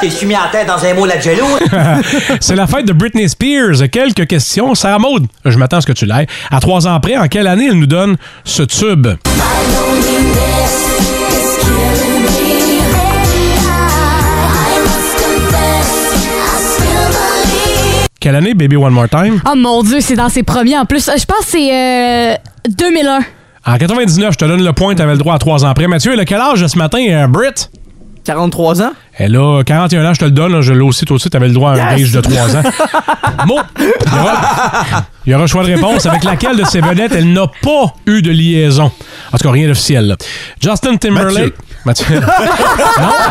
S10: t'es-tu mis en tête dans un mot la jello?
S3: C'est la fête de Britney Spears. Quelques questions. Sarah Maud, je m'attends à ce que tu l'ailles. À trois ans près, en quelle année elle nous donne ce tube? Quelle année, Baby One More Time?
S5: Oh mon Dieu, c'est dans ses premiers en plus. Je pense que c'est euh, 2001.
S3: En 99, je te donne le point, t'avais le droit à trois ans près. Mathieu, elle a quel âge ce matin, euh, Britt?
S6: 43 ans.
S3: Elle a 41 ans, je te le donne, là, je l'ai aussi, toi aussi, t'avais le droit à un
S6: Yes!
S3: âge de 3 ans. Bon, il y aura- il y aura un choix de réponse avec laquelle de ces vedettes elle n'a pas eu de liaison. En tout cas, rien d'officiel. là. Justin Timberlake. Mathieu. non,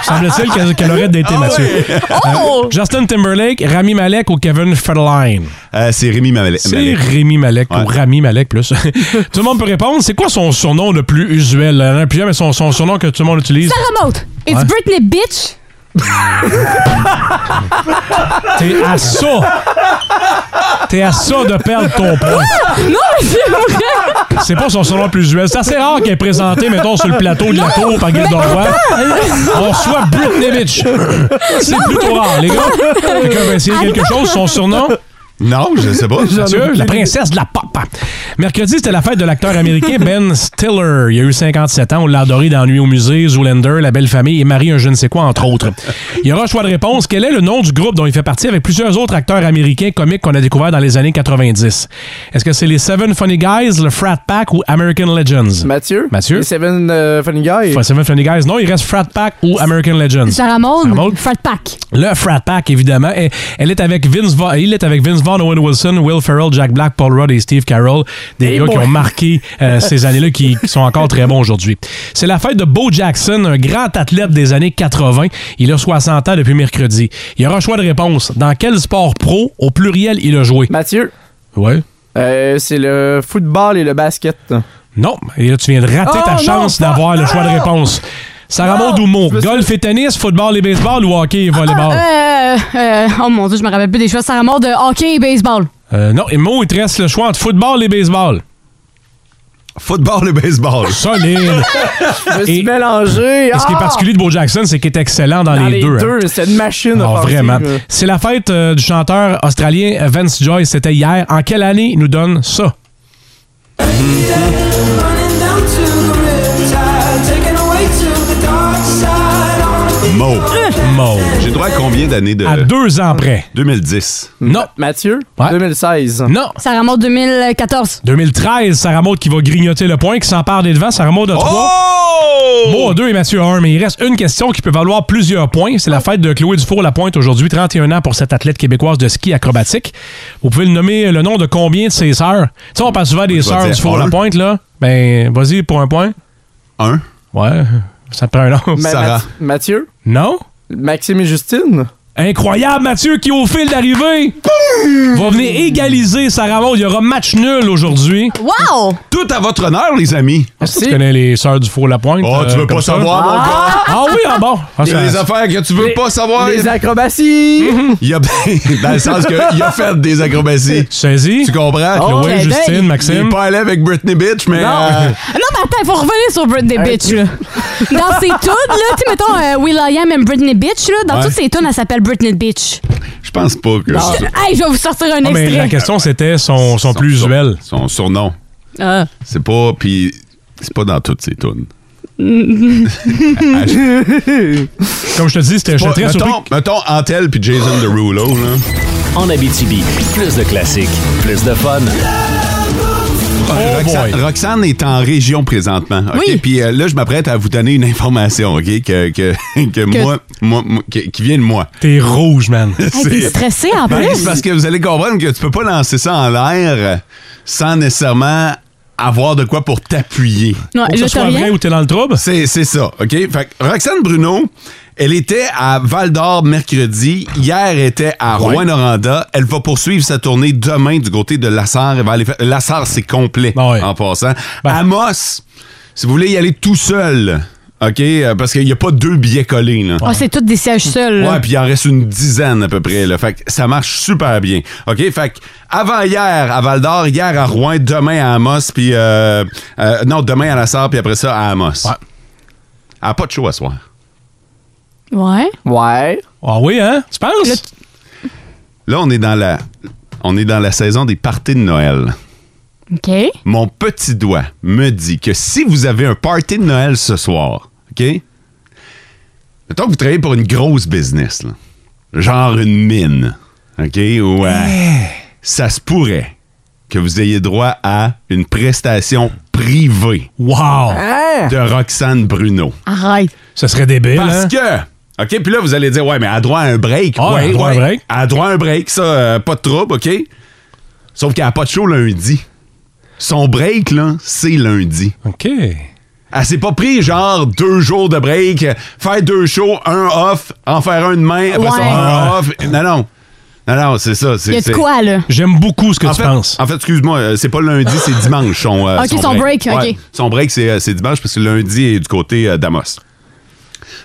S3: semble-t-il qu'elle- qu'elle aurait daté Mathieu. Euh, Justin Timberlake, Rami Malek ou Kevin Federline?
S4: Euh, c'est Rémi Malek.
S3: C'est Rémi Malek ou Rami Malek plus. tout le monde peut répondre. C'est quoi son surnom le plus usuel? Il y en a plusieurs, mais son, son surnom que tout le monde utilise.
S5: Sarah Maud, it's
S3: Ouais.
S5: Britney bitch.
S3: T'es à Ah, ça! T'es à ça de perdre ton point.
S5: Ah! Non, mais c'est vrai.
S3: C'est pas son surnom le plus usuel. C'est assez rare qu'elle est présentée, mettons, sur le plateau de la tour par Guy Dordois. On reçoit Britney Bitch. C'est plutôt rare, les gars. Quelqu'un va essayer quelque chose, son surnom?
S4: Non, je sais pas.
S3: Mathieu, la princesse de la pop. Mercredi, c'était la fête de l'acteur américain Ben Stiller. Il a eu 57 ans. On l'a adoré dans Nuit au musée, Zoolander, La Belle Famille et Marie un je ne sais quoi, entre autres. Il y aura un choix de réponse. Quel est le nom du groupe dont il fait partie avec plusieurs autres acteurs américains comiques qu'on a découverts dans les années 90? Est-ce que c'est les Seven Funny Guys, le Frat Pack ou American Legends?
S6: Mathieu?
S3: Mathieu?
S6: Les Seven euh, Funny Guys.
S3: Pas Seven Funny Guys. Non, il reste Frat Pack ou American Legends.
S5: Sarah Maud,
S3: Sarah Maud.
S5: Frat Pack.
S3: Le Frat Pack, évidemment. Elle, elle est avec Vince Vaughn, il est avec Vince Vaughn, Owen Wilson, Will Ferrell, Jack Black, Paul Rudd et Steve Carroll. Des
S11: Hey
S3: gars qui
S11: boy.
S3: ont marqué euh, ces années-là, qui, qui sont encore très bons aujourd'hui. C'est la fête de Bo Jackson, un grand athlète des années 80. Il a 60 ans depuis mercredi. Il y aura un choix de réponse. Dans quel sport pro, au pluriel, il a joué?
S6: Mathieu.
S3: Ouais.
S6: Euh, c'est le football et le basket.
S3: Non, et là, tu viens de rater
S6: Oh,
S3: ta
S6: non,
S3: chance d'avoir le choix de réponse. Sarah Maud ou Mo? Golf et tennis, football et baseball ou hockey et volleyball?
S5: Euh, euh, oh mon Dieu, je me rappelle plus des choix. Sarah Maud, euh, hockey et baseball.
S3: Euh, non, et Mo, il te reste le choix entre football et baseball.
S4: Football et baseball.
S3: Solide.
S6: Je me suis mélangé.
S3: Et ce qui est
S6: Ah!
S3: particulier de Bo Jackson, c'est qu'il est excellent dans,
S6: Dans
S3: les,
S6: les
S3: deux. hein.
S6: deux, c'est une machine
S3: Ah,
S6: offensive.
S3: vraiment. C'est la fête euh, du chanteur australien Vance Joyce. C'était hier. En quelle année il nous donne ça?
S4: Mo.
S3: Mo.
S4: J'ai droit à combien d'années de. À
S3: deux ans près.
S4: 2010.
S3: Non.
S6: Mathieu? 2016.
S3: Non.
S5: Sarah Maud, 2014.
S3: 2013, Sarah Maud qui va grignoter le point, qui s'empare des devants. Sarah Maud a 3.
S4: Oh!
S3: Mo a 2 et Mathieu a 1. Mais il reste une question qui peut valoir plusieurs points. C'est la fête de Chloé Dufour-Lapointe aujourd'hui, 31 ans pour cette athlète québécoise de ski acrobatique. Vous pouvez le nommer euh, le nom de combien de ses sœurs? Tu sais, on parle souvent des
S4: Je vais
S3: sœurs
S4: dire un.
S3: Dufour-Lapointe, là. Ben, vas-y pour un point.
S4: Un.
S3: Ouais, ça te prend un nom.
S6: Ma- Math- Mathieu?
S3: Non?
S6: Maxime et Justine?
S3: Incroyable, Mathieu, qui au fil d'arrivée va venir égaliser Sarah Maud. Il y aura match nul aujourd'hui.
S5: Wow!
S4: Tout à votre honneur, les amis.
S3: Ah, Tu connais les sœurs du four la pointe.
S4: Oh, tu veux pas savoir, mon gars.
S3: Ah oui, ah bon. Ah,
S4: Il y a
S3: ça-
S4: des affaires que tu veux pas savoir.
S6: Les acrobaties!
S4: Il y a dans le sens qu'il a fait des acrobaties.
S3: Saisis.
S4: Tu comprends?
S3: Oh, Chloé,
S5: Justine,
S4: Il est
S3: Maxime.
S4: pas allé avec Britney Bitch, mais. euh,
S5: Non, mais attends, il faut revenir sur Britney Bitch, là. Dans ses tunes, là, tu sais, mettons euh, Will I Am and Britney Bitch, là, dans
S4: Ouais.
S5: toutes ses tunes, elle s'appelle Britney Bitch.
S4: Je pense pas que.
S5: Je- Hey, je vais vous sortir un
S3: Ah, mais la
S5: extrait.
S3: question, c'était son, son plus usuel.
S4: Son surnom.
S5: Ah.
S4: C'est pas. Puis. C'est pas dans toutes ces tunes.
S3: Comme je te dis, c'était je
S4: Pas-
S3: suis très surpris.
S4: mettons, mettons Antel puis Jason Derulo, là.
S2: En Abitibi, plus de classiques, plus de fun.
S5: Oh,
S4: Euh, Roxane, Roxane est en région présentement. OK?
S2: Oui.
S4: Puis euh, là, je m'apprête à vous donner une information, OK? Que, que, que, moi, moi- moi- qui- qui vient de moi.
S3: T'es rouge, man.
S5: Hey, t'es stressé en
S4: Ben,
S5: plus.
S4: c'est parce que vous allez comprendre que tu peux pas lancer ça en l'air euh, sans nécessairement avoir de quoi pour t'appuyer.
S5: Non, Faut que là, ce soit t'as rien. vrai
S3: ou t'es dans le trouble.
S4: C'est c'est ça, OK? Fait que Roxane Bruno, elle était à Val-d'Or mercredi. Hier, elle était à Rouen-Noranda. Elle va poursuivre sa tournée demain du côté de Lassar. Elle va aller faire-
S3: Ben
S4: Lassar, c'est complet en passant. Amos, si vous voulez y aller tout seul... OK? euh, Parce qu'il n'y a pas deux billets collés. Là.
S5: Ah, c'est tous des sièges
S3: Mm.
S5: seuls. là.
S4: Ouais, puis il en reste une dizaine à peu près. Là. Fait que ça marche super bien. OK? Fait que avant hier à Val d'Or, hier à Rouen, demain à Amos, puis. euh, euh, non, demain à La Sarre, puis après ça à Amos. Ouais. Elle a pas de show à soir.
S5: Ouais.
S4: Ouais.
S3: Ah oui, hein? Tu penses?
S4: Là, on est dans la. On est dans la saison des parties de Noël.
S5: OK.
S4: Mon petit doigt me dit que si vous avez un party de Noël ce soir, OK? Mettons que vous travaillez pour une grosse business, là. genre une mine, OK? Ou euh, ça se pourrait que vous ayez droit à une prestation privée
S3: wow.
S4: de Roxane Bruno.
S5: Arrête.
S3: Ce serait débile. hein?
S4: Parce que, OK, puis là, vous allez dire, ouais, mais à droit à un break.
S3: Ah, elle a droit à un break.
S4: À droit à un break, ça, euh, pas de trouble, OK? Sauf qu'elle n'a pas de show lundi. Son break, là, c'est lundi.
S3: OK.
S4: Elle s'est pas pris, genre, deux jours de break, euh, faire deux shows, un off, en faire un demain, après ça,
S5: Ouais.
S4: un off. Non, non. Non, non, c'est ça. c'est-
S5: Il y a de
S4: c'est-
S5: quoi, là?
S3: Ah. J'aime beaucoup ce que
S4: en
S3: tu
S4: fait-
S3: penses.
S4: En fait, excuse-moi, euh, c'est pas lundi, c'est dimanche. Son, euh,
S5: Ah, Ok, son break, ok.
S4: Ouais, son break, c'est euh, c'est dimanche parce que lundi est du côté euh, d'Amos.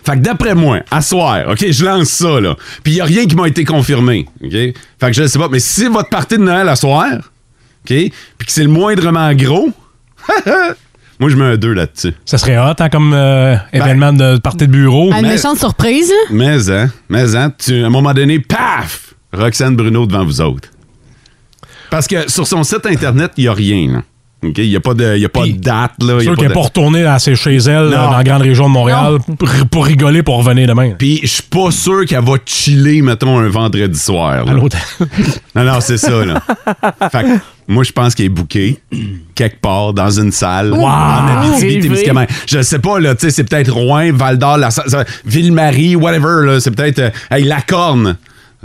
S4: Fait que d'après moi, à soir, OK, je lance ça, là. Puis il n'y a rien qui m'a été confirmé, OK? Fait que je ne sais pas, mais si votre partie de Noël à soir, OK, puis que c'est le moindrement gros,
S5: Ah,
S4: moi, je mets un 2 là-dessus. Ben,
S3: Ça serait hot, hein, comme euh, événement de partie de bureau.
S5: Une méchante surprise. là.
S4: Mais, hein, mais, hein, tu- à un moment donné, paf! Roxane Bruno devant vous autres. Parce que sur son site Internet, il n'y a rien. là. OK? Il n'y a pas de, il y a pas de date. Là, il y a
S3: Sûr
S4: pas
S3: qu'elle n'est
S4: de-
S3: pas retournée à ses chez elle, là,
S4: Non.
S3: dans la grande région de Montréal, pour, pour rigoler pour revenir demain.
S4: Puis, je suis pas sûr qu'elle va chiller, mettons, un vendredi soir. là. non, non, c'est ça, là. fait que, moi, je pense qu'il est booké quelque part dans une salle.
S3: Wow!
S4: En Abitibi-Témiscamingue. Je sais pas, là, tu sais, c'est peut-être Rouen, Val-d'Or, la- ça- Ville-Marie, whatever, là. C'est peut-être, euh, hey, la corne,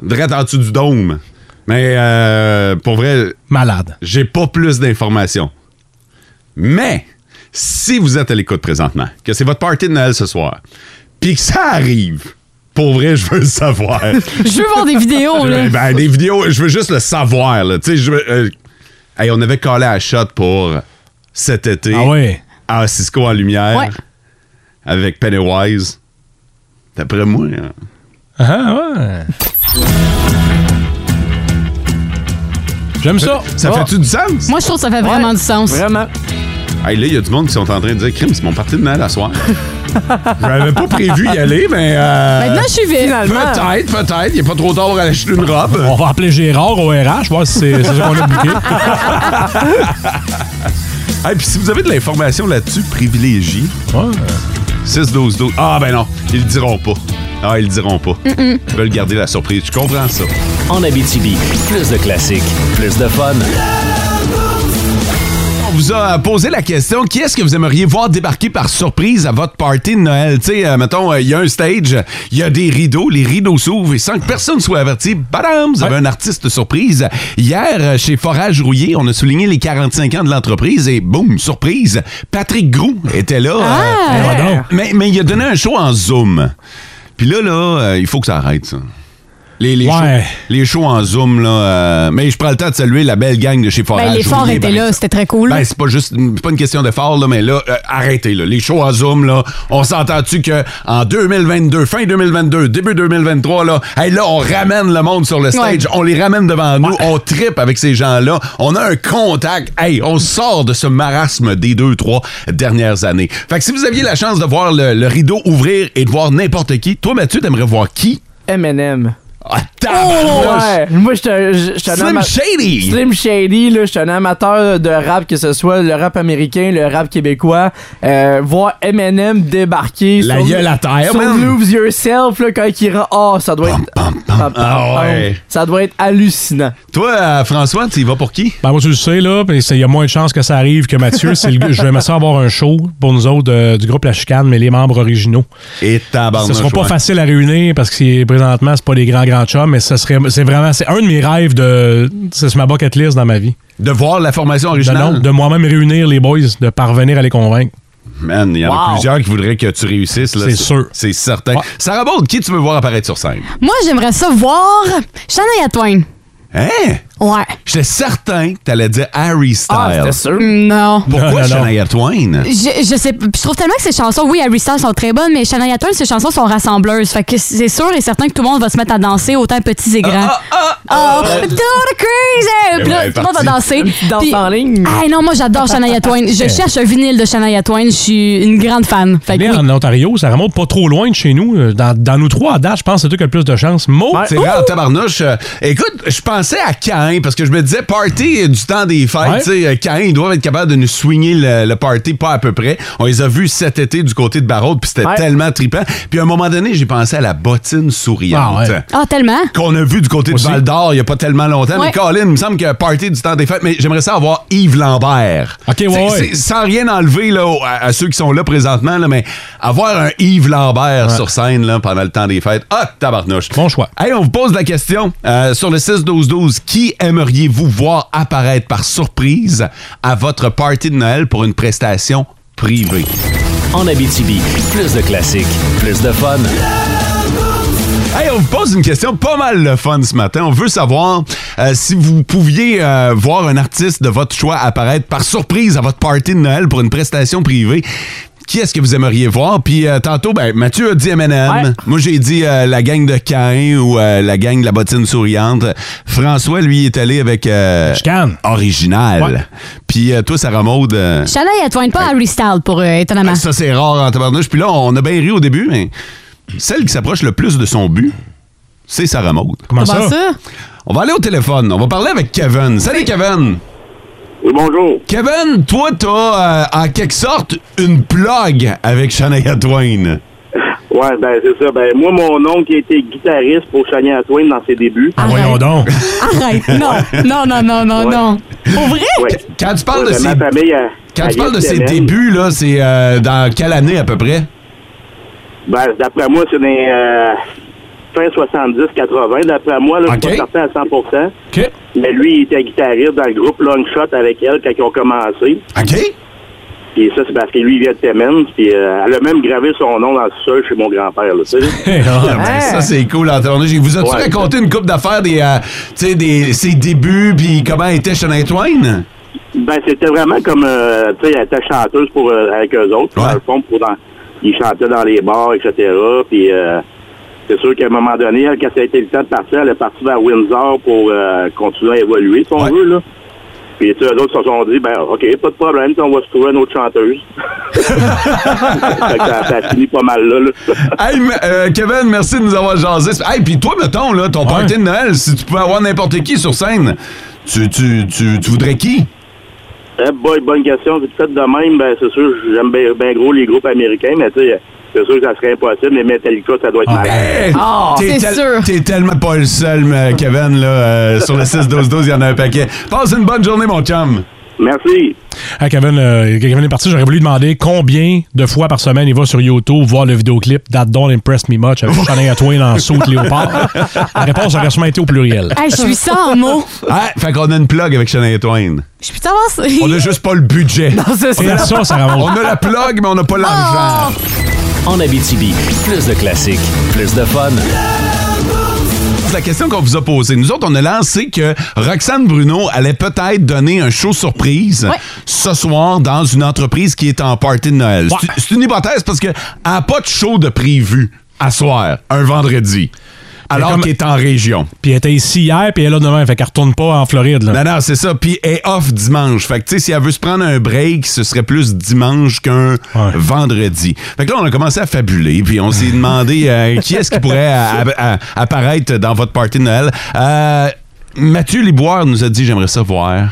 S4: direct en dessous du dôme. Mais, euh, pour vrai...
S3: Malade.
S4: J'ai pas plus d'informations. Mais si vous êtes à l'écoute présentement, que c'est votre party de Noël ce soir, puis que ça arrive, pour vrai, je veux le savoir.
S5: Je veux voir des vidéos, là.
S4: Ben, ben, des vidéos, je veux juste le savoir. Là. Tu sais, Je, veux- euh, hey, on avait collé à shot pour cet été
S3: Ah
S4: à Cisco en lumière
S5: Ouais.
S4: avec Pennywise. D'après moi, hein,
S3: Ah, ouais. J'aime ça.
S4: ça
S3: Ah.
S4: fait-tu du sens?
S5: Moi, je trouve que ça fait vraiment du sens.
S4: Vraiment. Hey, là, il y a du monde qui sont en train de dire Crime, c'est mon parti de Noël à soir. J'avais pas prévu y aller, mais. euh,
S5: Maintenant, je suis vite. Finalement.
S4: Peut-être, peut-être. Il n'est pas trop tard pour aller acheter une robe.
S3: On va appeler Gérard au RH, voir si c'est c'est ça qu'on a bouqué.
S4: Hey, puis si vous avez de l'information là-dessus, privilégiée. 6-12-12. Ah, ben non, ils le diront pas. Ah, ils le diront pas.
S2: Mm-mm.
S4: Ils veulent garder la surprise. Je comprends ça.
S2: En Abitibi, plus de classiques, plus de fun.
S4: On vous a euh, posé la question qui est-ce que vous aimeriez voir débarquer par surprise à votre party de Noël Tu sais, euh, mettons, euh, il y a un stage, il y a des rideaux, les rideaux s'ouvrent et sans que personne soit averti, badam, vous avez un artiste surprise. Hier, euh, chez Forage Rouillé, on a souligné les 45 ans de l'entreprise et boum, surprise, Patrick Groux était là. euh, mais, mais il a donné un show en Zoom. Puis là, là, euh, il faut que ça arrête, ça. Les, les, shows, les shows en Zoom, là. euh, mais je prends le temps de saluer la belle gang de chez Forage.
S5: Ben, l'effort
S4: Rouillé,
S5: était
S4: par
S5: là, c'était très cool.
S4: ben, c'est pas juste c'est pas une question d'effort, là, mais là, euh, arrêtez. Là. Les shows en Zoom, là, on s'entend-tu que en 2022, fin 2022, début 2023, là, hey, là, on ramène le monde sur le stage,
S11: Ouais.
S4: on les ramène devant nous, on tripe avec ces gens-là, on a un contact. Hey, on sort de ce marasme des deux, trois dernières années. Fait que si vous aviez la chance de voir le, le rideau ouvrir et de voir n'importe qui, toi, Mathieu, t'aimerais voir qui?
S6: M&M.
S4: tabarnouche!
S6: ouais. Moi, je suis un- je- je suis un
S4: Slim
S6: ama-
S4: Shady!
S6: Slim Shady, là, je suis un amateur de rap, que ce soit le rap américain, le rap québécois. Euh, voir Eminem débarquer
S4: La
S6: sur,
S4: gueule à terre,
S6: sur
S4: man.
S6: Lose Yourself, là, quand il rend... Oh, ça doit être... pam, pam,
S4: Ah ouais.
S6: pam. Ça doit être hallucinant.
S4: Toi, euh, François, tu y vas pour qui?
S3: Ben, moi, tu le sais, là, puis c'est- il y a moins de chances que ça arrive que Mathieu. C'est le gars- je vais me ça avoir un show pour nous autres euh, du groupe La Chicane, mais les membres originaux.
S4: Et
S3: Ce
S4: tabarnouche,
S3: sera pas
S4: ouais.
S3: facile à réunir parce que c'est- présentement, c'est pas des grands, grands chums, mais ça serait, c'est vraiment, c'est un de mes rêves de, c'est sur ma bucket list dans ma vie.
S4: De voir la formation originale?
S3: De, non, de moi-même réunir les boys, de parvenir à les convaincre.
S4: Man, il y en a
S3: Wow.
S4: plusieurs qui voudraient que tu réussisses. là.
S3: C'est
S4: sûr. C'est certain. Sarah Baud, qui tu veux voir apparaître sur scène?
S5: Moi, j'aimerais ça voir Shania Twain.
S4: Hein?
S5: Ouais.
S4: J'étais certain que t'allais dire Harry Styles.
S5: Ah, c'était sûr. Non.
S4: Pourquoi Shania Twain?
S5: Je, je sais, je trouve tellement que ces chansons, oui, Harry Styles sont très bonnes, mais Shania Twain, ces chansons sont rassembleuses. Fait que c'est sûr et certain que tout le monde va se mettre à danser, autant petits
S4: Ah,
S5: et grands. Oh, do the crazy! Puis là,
S8: Eh ouais,
S5: tout le monde va
S8: parti.
S5: danser. Puis- Ah non, moi j'adore Shania Twain. Je cherche un vinyle de Shania Twain. Je suis une grande fan. Fait que
S3: Né
S5: oui.
S3: en Ontario, ça remonte pas trop loin de chez nous. Euh, Dans, dans nous trois, à date, je pense que c'est toi qui as le plus de chance. Mo,
S4: C'est rare, tabarnouche. Euh, écoute, je pensais à Cain parce que je me disais party euh, du temps des fêtes.
S3: Ouais.
S4: tu sais, euh, Cain, ils doivent être capables de nous swinguer le, le party pas à peu près. On les a vus cet été du côté de Barraud, puis c'était
S5: Ouais.
S4: tellement trippant. Puis à un moment donné, j'ai pensé à la bottine souriante.
S5: Ah, tellement.
S4: Qu'on a vu du côté de Val d'Or il n'y a pas tellement longtemps.
S5: Ouais.
S4: Mais Colin, il me semble qu'il y a un party du temps des fêtes, mais j'aimerais ça avoir Yves Lambert. OK,
S3: ouais, ouais.
S4: Sans rien enlever là, au- à, à ceux qui sont là présentement, là, mais avoir un Yves Lambert
S3: Ouais.
S4: sur scène là, pendant le temps des fêtes. Ah, tabarnouche.
S3: Bon choix.
S4: Hey, on vous pose la question euh, sur le 6-12-12. Qui aimeriez-vous voir apparaître par surprise à votre party de Noël pour une prestation privée?
S2: En Abitibi, plus de classiques, plus de fun.
S4: Hey, on vous pose une question pas mal le fun ce matin. On veut savoir euh, si vous pouviez euh, voir un artiste de votre choix apparaître par surprise à votre party de Noël pour une prestation privée. Qui est-ce que vous aimeriez voir? Puis euh, tantôt, ben, Mathieu a dit M&M. Moi, j'ai dit euh, la gang de Cain ou euh, la gang de la bottine souriante. François, lui, est allé avec... Euh, Original. Puis euh, toi, Sarah Maud... euh,
S5: Shania Twain, pas Harry Styles pour euh, étonnamment.
S4: ça, c'est rare en tabarnouche. Puis là, on a bien ri au début, mais celle qui s'approche le plus de son but, c'est Sarah Maud.
S5: Comment Comment ça? ça?
S4: On va aller au téléphone. On va parler avec Kevin. Salut, Kevin.
S14: Oui, bonjour.
S4: Kevin, toi, t'as euh, en quelque sorte une plug avec Shania Twain.
S14: Ouais, ben c'est ça. Ben moi, mon oncle qui était guitariste pour Shania Twain dans ses débuts.
S3: Ah,
S4: ben.
S3: voyons donc.
S5: Arrête, non, non, non, non, non, non. Pour vrai?
S4: Quand tu parles
S14: Ouais,
S4: de
S14: ben,
S4: ses,
S14: ma famille, elle-
S4: quand
S14: elle
S4: tu parles de
S14: vient
S4: ses
S14: de Québec.
S4: débuts, là, c'est euh, dans quelle année à peu près?
S14: Ben, d'après moi, c'est des euh, fin 70-80. D'après moi, là, je suis pas certain à 100 Mais lui, il était guitariste dans le groupe Long Shot avec elle quand ils ont commencé.
S4: OK.
S14: Puis ça, c'est parce que lui, il vient de Temen. Puis euh, elle a même gravé son nom dans le sol chez mon grand-père, là, tu
S5: Eh,
S14: sais.
S4: Ah, ben, Ça, c'est cool, Antoine. Je Vous as-tu
S14: Ouais.
S4: raconté une coupe d'affaires des, euh, tu sais, des, ses débuts, puis comment était Shania Twain?
S14: Ben, c'était vraiment comme, euh, tu sais, elle était chanteuse pour, euh, avec eux autres, dans le fond, pour dans, ils chantaient dans les bars, etc. Puis, euh, c'est sûr qu'à un moment donné, elle, quand ça a été le temps de partir, elle est partie vers Windsor pour euh, continuer à évoluer, si on veut, là. Puis, tu sais, eux autres se sont dit, ben, OK, pas de problème, on va se trouver une autre chanteuse. Fait que ça, ça a fini pas mal là, là.
S4: Hey, m- euh, Kevin, merci de nous avoir jasé. Hey, puis toi, mettons, là, ton party de Noël, si tu pouvais avoir n'importe qui sur scène, tu, tu, tu, tu voudrais qui?
S14: Eh boy, bonne question. Vite fait de même, ben, c'est sûr, j'aime bien bien gros les groupes américains, mais tu sais, c'est sûr que ça serait impossible, mais Metallica, ça doit être malade.
S4: Ah, Eh, ben, T'es tel- T'es tellement pas le seul, mais, Kevin, là, euh, sur le 6-12-12, il y en a un paquet. Passe une bonne journée, mon chum.
S14: Merci.
S3: Ah, Kevin, euh, Kevin est parti, j'aurais voulu demander combien de fois par semaine il va sur YouTube voir le vidéoclip That Don't Impress Me Much avec Shania Twain en saut de léopard. La réponse aurait sûrement été au pluriel.
S5: Hey, Ah, je suis sans mots.
S4: Ah, fait qu'on a une plug avec Shania Twain.
S5: Je peux savoir si-
S4: On a juste pas le budget.
S5: Non, c'est
S4: on, a la,
S5: ça. Ah! Ça, ça remonte.
S4: on a la plug, mais on n'a pas l'argent.
S2: En Abitibi, plus de classiques, plus de fun.
S4: C'est la question qu'on vous a posée. Nous autres, on a lancé que Roxane Bruno allait peut-être donner un show surprise ce soir dans une entreprise qui est en party de Noël. C'est- C'est une hypothèse parce qu'elle n'a pas de show de prévu à soir, un vendredi, alors qu'elle est en région.
S3: Puis elle était ici hier, puis elle est là demain, fait qu'elle retourne pas en Floride. Là.
S4: Non, non, c'est ça. Puis elle est off dimanche. Fait que, tu sais, si elle veut se prendre un break, ce serait plus dimanche qu'un vendredi. Fait que là, on a commencé à fabuler, puis on s'est demandé euh, qui est-ce qui pourrait euh, à- à- apparaître dans votre party de Noël. Euh, Mathieu Liboire nous a dit J'aimerais ça voir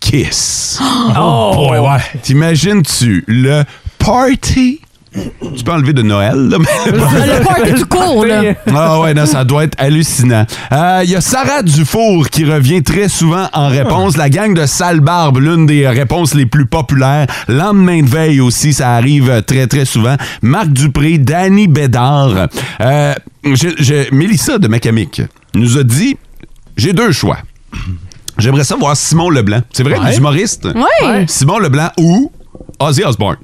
S4: Kiss.
S3: Oh boy, ouais.
S4: T'imagines-tu le party tu peux enlever de Noël, là, mais-
S5: Le party tout court, là.
S4: ah ouais, non, ça doit être hallucinant. Euh, Il y a Sarah Dufour qui revient très souvent en réponse. La gang de Sale Barbe, l'une des réponses les plus populaires. Lendemain de veille aussi, ça arrive très, très souvent. Marc Dupré, Danny Bédard. Euh, j'ai- j'ai- Mélissa de Macamic nous a dit, j'ai deux choix. J'aimerais ça voir Simon Leblanc. C'est vrai,
S8: Ouais.
S4: les humoristes?
S8: Ouais. Ouais.
S4: Simon Leblanc ou Ozzy Osbourne.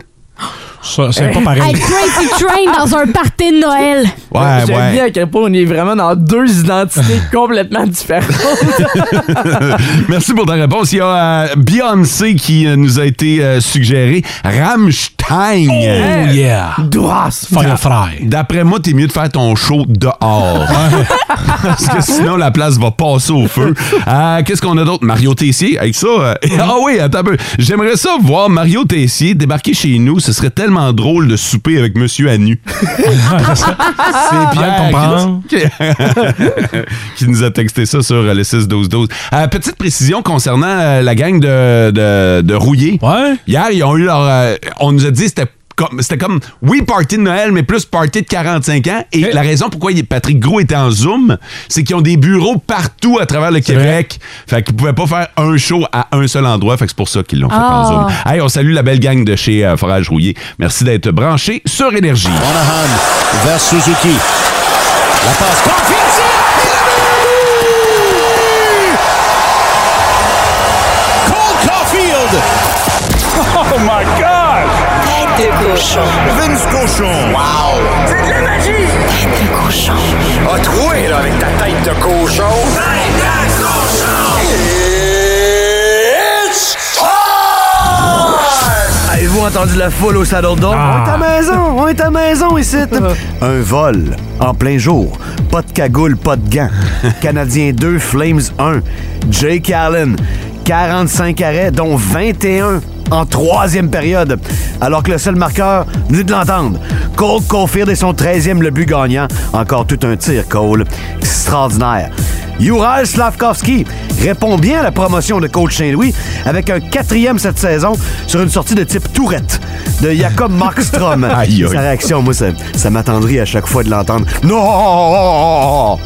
S3: Ça, c'est pas pareil.
S5: Hey, Crazy Train dans un party de Noël.
S4: Ouais,
S6: J'aime
S4: ouais.
S6: bien à quel point on est vraiment dans deux identités complètement différentes.
S4: Merci pour ta réponse. Il y a euh, Beyoncé qui euh, nous a été euh, suggérée. Rammstein.
S6: Oh, yeah.
S4: Dois. D'après moi, t'es mieux de faire ton show dehors. Parce que sinon, la place va passer au feu. Euh, Qu'est-ce qu'on a d'autre? Mario Tessier, avec ça. euh, ah oui, attends un peu. J'aimerais ça voir Mario Tessier débarquer chez nous. Ce serait tellement drôle de souper avec Monsieur Anu. C'est Pierre qui, qui nous a texté ça sur euh, le 6-12-12. Euh, petite précision concernant euh, la gang de, de, de Rouillé. Hier, ils ont eu leur. euh, on nous a dit c'était comme, c'était comme, oui, party de Noël, mais plus party de 45 ans. Et la raison pourquoi il- Patrick Gros était en Zoom, c'est qu'ils ont des bureaux partout à travers le Québec. Fait qu'ils pouvaient pas faire un show à un seul endroit. Fait que c'est pour ça qu'ils l'ont fait en
S15: Ah.
S4: Zoom. Hey, on salue la belle gang de chez euh, Forage Rouillé. Merci d'être branché sur Énergie.
S15: Monahan vers Suzuki. La passe confiance. Cole Caulfield. Oh my God. Tête de cochon. Vince cochon. Wow. C'est de la magie. Tête de cochon. A troué là avec ta tête de cochon. Tête de cochon. It's
S16: Avez-vous entendu la foule au Saddle Dome? On
S15: Ah.
S16: est à maison, on est à maison ici.
S2: Oh.
S17: Un vol en plein jour. Pas de cagoule, pas de gants. Canadien 2, Flames 1. Jake Allen, 45 arrêts, dont 21 en troisième période. Alors que le seul marqueur, venez de l'entendre. Cole Caulfield est son 13e le but gagnant. Encore tout un tir, Cole. Extraordinaire. Ural Slavkovski répond bien à la promotion de coach Saint-Louis avec un quatrième cette saison sur une sortie de type tourette de Jakob Markstrom.
S4: Aïe, aïe.
S17: Sa réaction, moi, ça, ça m'attendrit à chaque fois de l'entendre. Non!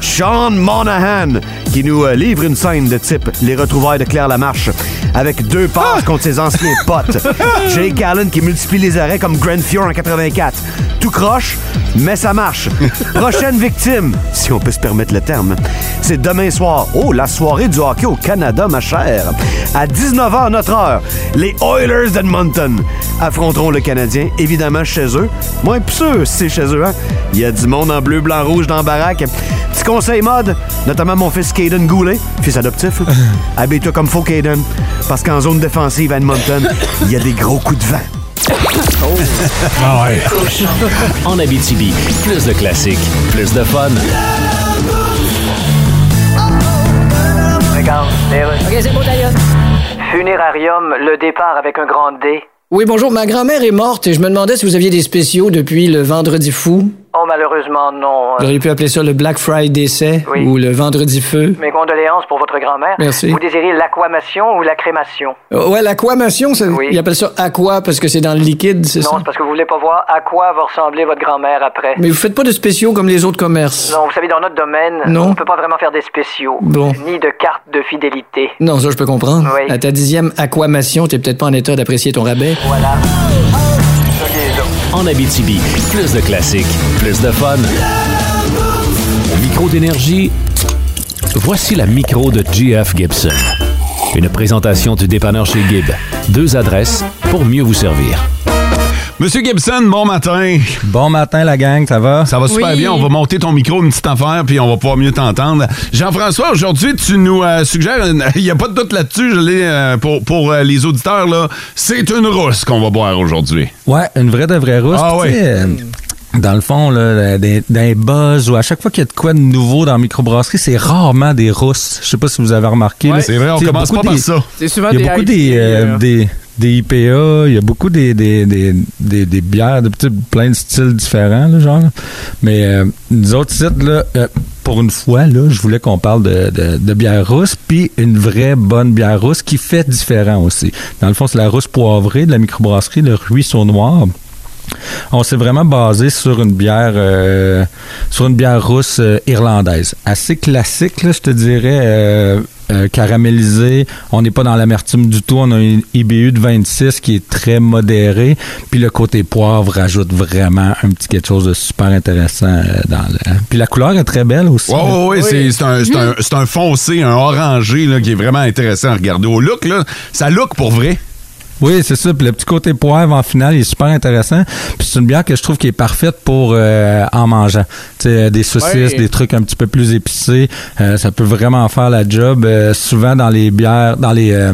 S17: Sean Monahan qui nous euh, livre une scène de type Les retrouvailles de Claire Lamarche avec deux passes contre ses anciens potes. Jake Allen qui multiplie les arrêts comme Grand Fjord en 84. Tout croche, mais ça marche. Prochaine victime, si on peut se permettre le terme, c'est demain soir. Oh, la soirée du hockey au Canada, ma chère. À 19h, notre heure, les Oilers d'Edmonton affronteront le Canadien, évidemment chez eux. Moins pis sûr si c'est chez eux, hein. Il y a du monde en bleu, blanc, rouge dans la baraque. Petit conseil mode, notamment mon fils Caden Goulet, fils adoptif. là. Habille-toi comme faut, Caden, parce qu'en zone défensive à Edmonton, il y a des gros coups de vent.
S3: Ah ouais.
S2: En Abitibi, plus de classiques, plus de fun.
S18: OK, c'est bon, Funérarium, le départ avec un grand D.
S9: Oui, bonjour. Ma grand-mère est morte et je me demandais si vous aviez des spéciaux depuis le Vendredi fou.
S18: Oh, malheureusement, non. euh,
S9: Vous auriez pu appeler ça le Black Friday décès ou le Vendredi feu.
S18: Mes condoléances pour votre grand-mère.
S9: Merci.
S18: Vous désirez l'aquamation ou la crémation?
S9: Euh, Ouais, l'aquamation, ça, ils appellent ça aqua parce que c'est dans le liquide, c'est
S18: non,
S9: ça?
S18: c'est parce que vous voulez pas voir à quoi va ressembler votre grand-mère après.
S9: Mais vous faites pas de spéciaux comme les autres commerces.
S18: Non, vous savez, dans notre domaine,
S9: Non.
S18: on peut pas vraiment faire des spéciaux.
S9: Bon.
S18: Ni de cartes de fidélité.
S9: Non, ça, je peux comprendre.
S18: Oui.
S9: À ta dixième aquamation, t'es peut-être pas en état d'apprécier ton rabais.
S18: Voilà.
S2: En Abitibi, plus de classiques, plus de fun. Au micro d'énergie, voici la micro de GF Gibson. Une présentation du dépanneur chez Gibb. Deux adresses pour mieux vous servir.
S4: Monsieur Gibson, bon matin.
S19: Bon matin, la gang, ça va?
S4: Ça va super
S19: Oui.
S4: bien. On va monter ton micro une petite affaire, puis on va pouvoir mieux t'entendre. Jean-François, aujourd'hui, tu nous euh, suggères, une- il n'y a pas de doute là-dessus, je l'ai, euh, pour, pour euh, les auditeurs, là, c'est une rousse qu'on va boire aujourd'hui.
S19: Ouais, une vraie de vraie rousse.
S4: Ah
S19: Puis, tu
S4: ouais.
S19: sais, euh, Dans le fond, là, euh, des, des buzz ou à chaque fois qu'il y a de quoi de nouveau dans la microbrasserie, c'est rarement des rousses. Je sais pas si vous avez remarqué.
S4: Ouais.
S19: là.
S4: C'est vrai, on
S19: Tu sais, il y a
S4: commence
S19: beaucoup
S4: pas par
S19: des-
S4: ça. C'est souvent
S19: Il y
S4: des
S19: a beaucoup
S4: IPA,
S19: des, euh,
S4: là.
S19: des, des IPA, il y a beaucoup des, des, des, des, des bières de petits- plein de styles différents, là, genre. Mais euh, nous autres sites, là, euh, pour une fois, là, je voulais qu'on parle de, de, de bière rousse, puis une vraie bonne bière rousse qui fait différent aussi. Dans le fond, c'est la rousse poivrée de la microbrasserie, le ruisseau noir. On s'est vraiment basé sur une bière euh, sur une bière rousse euh, irlandaise. Assez classique, là, je te dirais, euh, euh, caramélisée. On n'est pas dans l'amertume du tout. On a une IBU de 26 qui est très modérée. Puis le côté poivre rajoute vraiment un petit quelque chose de super intéressant euh, dans le... Puis la couleur est très belle aussi.
S4: Ouais, ouais, ouais, c'est- c'est un, c'est un-
S19: Mhm.
S4: c'est un foncé, un orangé là, qui est vraiment intéressant à regarder. Au look, là, ça look pour vrai.
S19: Oui, c'est ça. Puis le petit côté poivre en finale il est super intéressant. Puis c'est une bière que je trouve qui est parfaite pour euh, en mangeant. Tu sais, euh, des saucisses,
S11: Ouais.
S19: des trucs un petit peu plus épicés. euh, ça peut vraiment faire la job. Euh, souvent dans les bières, dans les euh,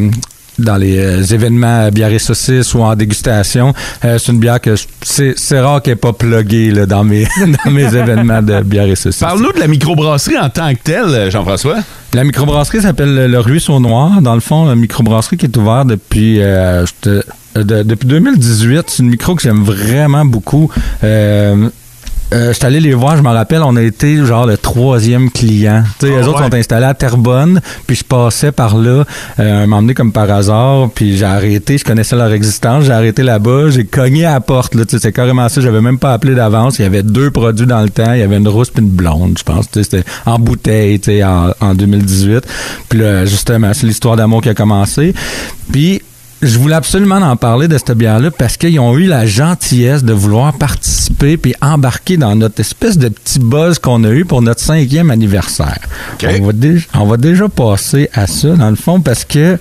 S19: dans les euh, événements euh, bières et saucisses ou en dégustation, euh, c'est une bière que je- c'est c'est rare qu'elle n'est pas pluguée là, dans mes dans mes événements de bière et saucisses.
S4: Parle-nous de la microbrasserie en tant que telle, euh, Jean-François.
S19: La microbrasserie s'appelle euh, Le Ruisseau Noir. Dans le fond, la microbrasserie qui est ouverte depuis, euh, je te- euh, de- depuis 2018. C'est une micro que j'aime vraiment beaucoup. Euh, euh, je suis allé les voir, je me rappelle, on a été genre le troisième client. Tu sais,
S11: Ah,
S19: eux autres
S11: ouais.
S19: sont installés à Terrebonne, puis je passais par là, euh, m'emmener comme par hasard, puis j'ai arrêté, je connaissais leur existence, j'ai arrêté là-bas, j'ai cogné à la porte, là, tu sais, c'est carrément ça, j'avais même pas appelé d'avance, il y avait deux produits dans le temps, il y avait une rousse puis une blonde, je pense, tu sais, c'était en bouteille, tu sais, en, en 2018. Puis là, justement, c'est l'histoire d'amour qui a commencé. Puis je voulais absolument en parler de cette bière-là parce qu'ils ont eu la gentillesse de vouloir participer puis embarquer dans notre espèce de petit buzz qu'on a eu pour notre cinquième anniversaire. On, va dé- on va déjà passer à ça, dans le fond, parce que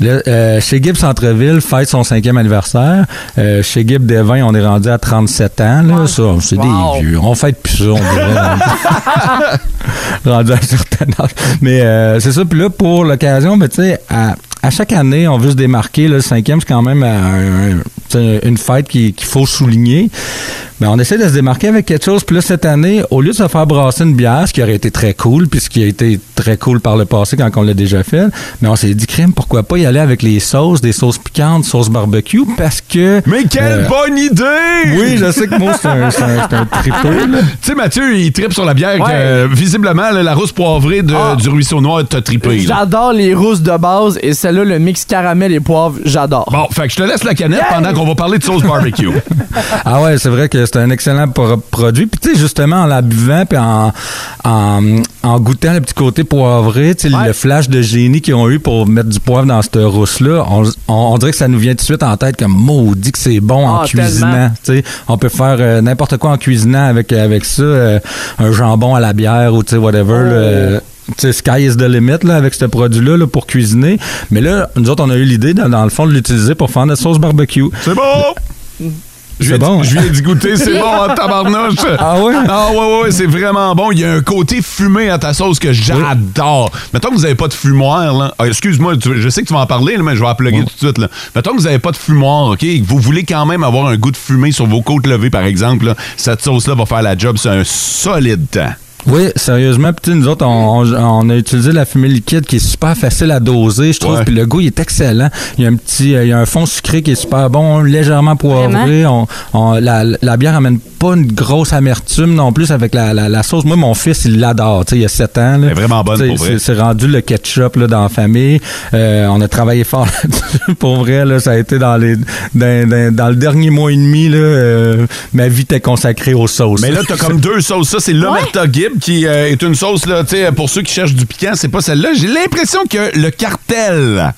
S19: le- euh, chez Gibb Centreville fête son cinquième anniversaire. Euh, chez Gibb Devin, on est rendu à 37 ans. Là, Ça, c'est
S11: Wow.
S19: des vieux. On fête plus ça, on dirait, dans le rendu à un certain âge. Mais euh, c'est ça. Puis là, pour l'occasion, ben, tu sais, à, à chaque année, on veut se démarquer. là, le cinquième, c'est quand même euh, un- un- tu sais, une fête qui- qu'il faut souligner. Mais on essaie de se démarquer avec quelque chose. Puis là, cette année, au lieu de se faire brasser une bière, ce qui aurait été très cool, puis ce qui a été très cool par le passé quand on l'a déjà fait, mais on s'est dit, crème, pourquoi pas y aller avec les sauces, des sauces piquantes, sauces barbecue, parce que...
S4: Mais Quelle
S19: euh,
S4: bonne idée!
S19: Oui, je sais que moi, c'est un- c'est un- c'est un tripeux, là.
S4: Tu sais, Mathieu, il tripe sur la bière.
S6: Ouais.
S4: que, euh, visiblement, là, la rousse poivrée de- du ruisseau noir t'a trippé. là.
S6: J'adore les rousses de base et celle-là, le mix caramel et poivre, j'adore.
S4: Bon, fait que je te laisse la canette pendant qu'on va parler de sauce barbecue.
S19: Ah ouais, c'est vrai que c'est un excellent pro- produit. Puis tu sais, justement, en la buvant puis en, en, en goûtant le petit côté poivré, tu sais, le flash de génie qu'ils ont eu pour mettre du poivre dans cette rousse-là, on, on- on dirait que ça nous vient tout de suite en tête comme maudit que c'est bon en
S11: Ah,
S19: cuisinant. Tu sais, on peut faire euh, n'importe quoi en cuisinant avec, avec ça, euh, un jambon à la bière ou tu sais, whatever. là, euh, tu sais, sky is the limit là, avec ce produit-là là, pour cuisiner. Mais là, nous autres, on a eu l'idée, dans, dans le fond, de l'utiliser pour faire notre sauce barbecue.
S4: C'est bon! Je viens
S19: C'est bon. hein?
S4: d'y- Je viens d'y goûter, c'est bon, hein, tabarnouche.
S19: Ah ouais?
S4: Ah ouais, ouais, ouais, c'est vraiment bon. Il y a un côté fumé à ta sauce que j'adore. Mettons que vous n'avez pas de fumoir, là. Ah, Excuse-moi, tu- je sais que tu vas en parler, là, mais je vais en plugger tout de suite, là. Mettons que vous n'avez pas de fumoir, OK? et que Vous voulez quand même avoir un goût de fumée sur vos côtes levées, par exemple, là. Cette sauce-là va faire la job. C'est un solide temps.
S19: Oui, sérieusement, puis tu sais, nous autres, on, on- on a utilisé la fumée liquide qui est super facile à doser, je trouve, puis le goût il est excellent. Il y a un petit, euh, il y a un fond sucré qui est super bon, légèrement poivré. On, on- la, la bière amène pas une grosse amertume non plus avec la, la- la sauce. Moi, mon fils, il l'adore. Tu sais, il a 7 ans. là.
S4: Elle est vraiment bonne,
S19: Tu sais,
S4: pour vrai.
S19: c'est- c'est rendu le ketchup là, dans la famille. Euh, on a travaillé fort là-dessus. Pour vrai, là, ça a été dans les dans, dans- dans le dernier mois et demi. Là, euh, ma vie était consacrée aux sauces.
S4: Mais là, t'as comme deux sauces. Ça, c'est l'Omerta Gibb qui euh, est une sauce, là, tu sais, pour ceux qui cherchent du piquant, c'est pas celle-là. J'ai l'impression que le cartel,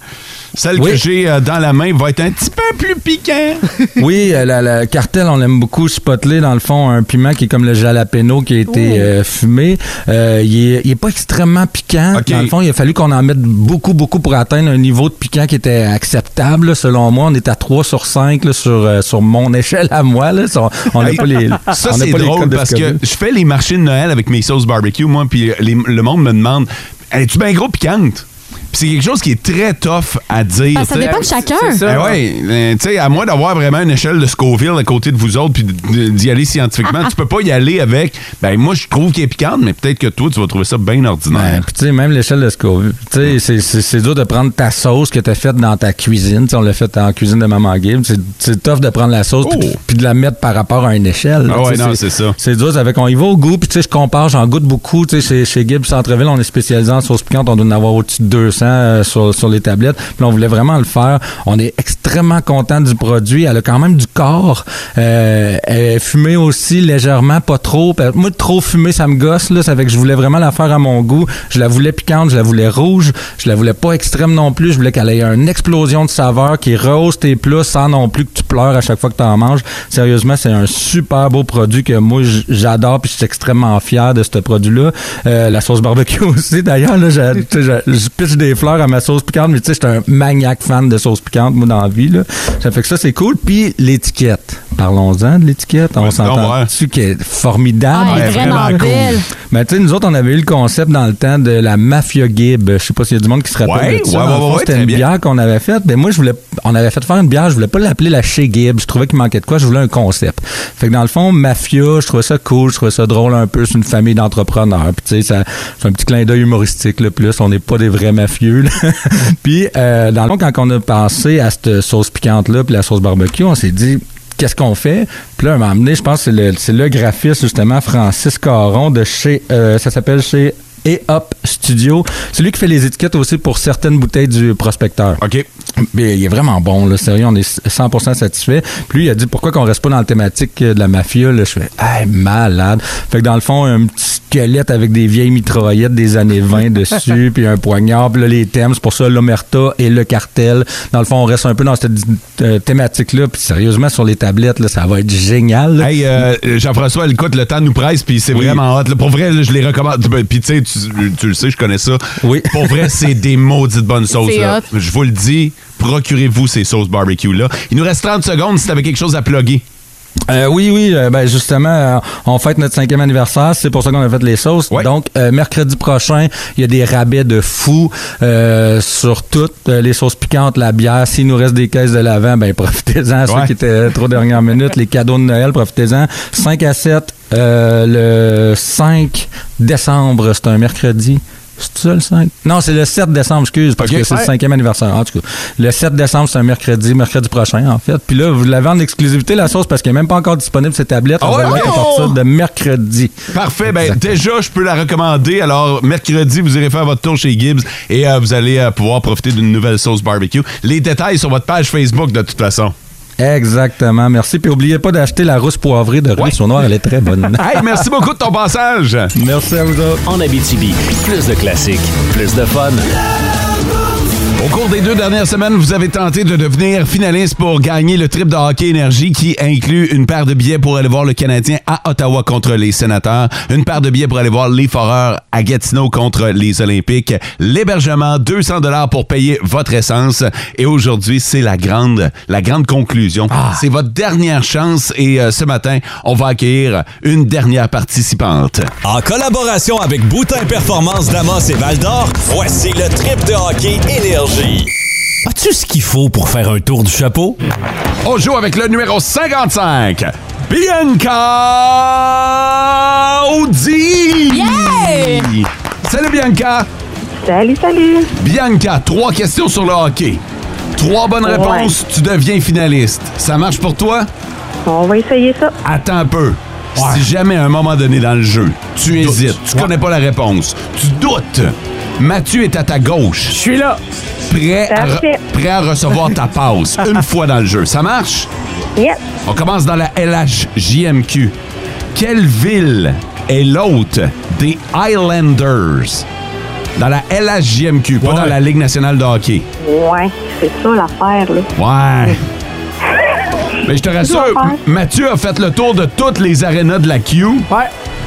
S4: celle que j'ai euh, dans la main, va être un petit peu plus piquant.
S19: oui, euh, la, la cartel, on l'aime beaucoup spotlé. Dans le fond, un piment qui est comme le jalapeno qui a été euh, fumé. Euh, il, est, il est pas extrêmement piquant. Dans le fond, il a fallu qu'on en mette beaucoup, beaucoup pour atteindre un niveau de piquant qui était acceptable. là. Selon moi, on est à 3 sur 5 là, sur, euh, sur mon échelle à moi. Là. Ça, On n'a
S4: Hey,
S19: pas les.
S4: Ça,
S19: on n'a
S4: c'est
S19: pas les
S4: drôle
S19: codes de
S4: parce
S19: Scoville.
S4: que je fais les marchés de Noël avec mes sauces barbecue, moi, puis les- le monde me demande Es-tu bien gros piquante Puis c'est quelque chose qui est très tough à dire.
S5: Ben, ça
S4: tu sais.
S5: dépend de chacun. C'est ça,
S4: Ben
S5: hein.
S4: ouais, euh, tu sais, à moins d'avoir vraiment une échelle de Scoville à côté de vous autres, puis d- d'y aller scientifiquement, tu peux pas y aller avec. Ben moi, je trouve qu'il est piquante, mais peut-être que toi, tu vas trouver ça bien ordinaire.
S19: Puis tu sais, même l'échelle de Scoville, tu sais, c'est- c'est c'est dur de prendre ta sauce que t'as faite dans ta cuisine. Tu sais, on l'a faite en cuisine de Maman Gibb. C'est- C'est tough de prendre la sauce puis de- puis de la mettre par rapport à une échelle. là.
S4: Oh! Ah ouais,
S19: Tu sais,
S4: non, c'est ça.
S19: C'est dur, ça fait qu'on y va au goût. Puis tu sais, je compare, j'en goûte beaucoup. Tu sais, chez, chez Gibb Centreville, on est spécialisé en sauce piquante. On doit en avoir au-dessus de 200 euh, sur, sur les tablettes. Puis là, on voulait vraiment le faire. On est extrêmement content du produit. Elle a quand même du corps. Euh, elle est fumée aussi légèrement, pas trop. Puis, Moi, trop fumée, ça me gosse. Là. Ça fait que je voulais vraiment la faire à mon goût. Je la voulais piquante, je la voulais rouge. Je la voulais pas extrême non plus. Je voulais qu'elle ait une explosion de saveur qui rehausse tes plats sans non plus que tu pleures à chaque fois que tu en manges. Sérieusement, c'est un super beau produit que moi j- j'adore puis je suis extrêmement fier de ce produit-là. Euh, la sauce barbecue aussi d'ailleurs là, je, tu sais, je- je pitche des des fleurs à ma sauce piquante, mais tu sais, j'étais un maniaque fan de sauce piquante, moi, dans la vie. Là. Ça fait que ça, c'est cool. Puis l'étiquette. Parlons-en de l'étiquette. On s'entend dessus qu'elle est formidable.
S5: Ah, elle est
S19: Elle est
S5: vraiment belle.
S19: Mais tu sais, nous autres, on avait eu le concept dans le temps de la Mafia Gibb. Je sais pas s'il y a du monde qui se rappelle
S4: Ouais,
S19: de ça.
S4: ouais,
S19: Dans le
S4: ouais,
S19: fond,
S4: ouais,
S19: C'était
S4: très
S19: une
S4: bien.
S19: bière qu'on avait faite. Ben moi, je voulais, on avait fait faire une bière. Je voulais pas l'appeler la Chez Gibb. Je trouvais qu'il manquait de quoi. Je voulais un concept. Fait que dans le fond, Mafia, je trouvais ça cool. Je trouvais ça drôle un peu. C'est une famille d'entrepreneurs. Puis tu sais, ça- c'est un petit clin d'œil humoristique. Là. Puis là, on n'est pas des vrais mafieux. là. puis euh, dans le fond, quand on a pensé à cette sauce piquante-là, puis la sauce barbecue, on s'est dit, qu'est-ce qu'on fait? Puis là, à un moment donné, je pense que c'est le, c'est le graphiste, justement, Francis Caron, de chez, euh, ça s'appelle chez et Hop Studio. C'est lui qui fait les étiquettes aussi pour certaines bouteilles du prospecteur.
S4: OK.
S19: Mais il est vraiment bon, là. Sérieux, on est 100% satisfait. Puis lui, il a dit pourquoi qu'on reste pas dans la thématique euh, de la mafia, là. Je fais, hey, malade. Fait que dans le fond, un petit squelette avec des vieilles mitraillettes des années 20 dessus, puis un poignard, puis là, les thèmes. C'est pour ça l'Omerta et le cartel. Dans le fond, on reste un peu dans cette euh, thématique-là. Puis sérieusement, sur les tablettes, là, ça va être génial. là.
S4: Hey, euh, Jean-François, écoute, le temps nous presse, puis c'est vraiment hot. là. Pour vrai, là, je les recommande. Ben, Puis tu sais, tu- tu le sais, je connais ça. Oui. Pour vrai, c'est des maudites bonnes sauces.
S5: C'est
S4: là. Je vous le dis, procurez-vous ces sauces barbecue-là. Il nous reste 30 secondes si t'avais quelque chose à plugger.
S19: Euh, oui, oui, euh, ben justement, euh, on fête notre cinquième anniversaire, c'est pour ça qu'on a fait les sauces. Donc, euh, mercredi prochain, il y a des rabais de fou euh, sur toutes euh, les sauces piquantes, la bière. S'il nous reste des caisses de l'avant, ben profitez-en. Ceux
S4: Ouais.
S19: qui étaient euh, trop dernière minute, les cadeaux de Noël, profitez-en. 5 à 7, euh, le 5 décembre, c'est un mercredi. C'est ça le 5? Non, c'est le 7 décembre, excuse, parce
S4: Ok.
S19: que c'est le
S4: Ouais.
S19: cinquième anniversaire. En tout cas, le 7 décembre, c'est un mercredi, mercredi prochain, en fait. Puis là, vous l'avez en exclusivité, la sauce, parce qu'elle n'est même pas encore disponible, cette tablette.
S4: Ah
S19: On va
S4: ouais?
S19: l'être à
S4: Oh!
S19: partir de mercredi.
S4: Parfait. Ben, déjà, je peux la recommander. Alors, mercredi, vous irez faire votre tour chez Gibbs et euh, vous allez euh, pouvoir profiter d'une nouvelle sauce barbecue. Les détails sur votre page Facebook, de toute façon.
S19: Exactement, merci. Puis n'oubliez pas d'acheter la rousse poivrée de Rue sur Noir, elle est très bonne.
S4: Hey, merci beaucoup de ton passage.
S19: Merci à vous autres.
S2: En Abitibi, plus de classiques, plus de fun.
S4: Au cours des deux dernières semaines, vous avez tenté de devenir finaliste pour gagner le trip de hockey énergie qui inclut une paire de billets pour aller voir le Canadien à Ottawa contre les Sénateurs, une paire de billets pour aller voir les Foreurs à Gatineau contre les Olympiques, l'hébergement 200 dollars pour payer votre essence et aujourd'hui, c'est la grande la grande conclusion. C'est votre dernière chance et euh, ce matin, on va accueillir une dernière participante.
S20: En collaboration avec Boutin Performance Damas et Val d'Or, voici le trip de hockey énergie.
S12: As-tu ce qu'il faut pour faire un tour du chapeau?
S4: On joue avec le numéro 55, Bianca Audi. Salut Bianca.
S21: Salut, salut.
S4: Bianca, trois questions sur le hockey. Trois bonnes
S21: Ouais.
S4: réponses, tu deviens finaliste. Ça marche pour toi?
S21: On va essayer ça.
S4: Attends un peu. Si jamais à un moment donné dans le jeu, tu hésites, tu connais pas la réponse, tu doutes, Mathieu est à ta gauche. Je suis là. Prêt à, re-
S21: Parfait.
S4: prêt à recevoir ta passe une fois dans le jeu. Ça marche?
S21: Yes.
S4: On commence dans la LHJMQ. Quelle ville est l'hôte des Islanders? Dans la LHJMQ, pas dans la Ligue nationale de hockey.
S21: Ouais, c'est ça l'affaire, là.
S4: Ouais. Mais je te rassure, M- Mathieu a fait le tour de toutes les arénas de la Q. Ouais.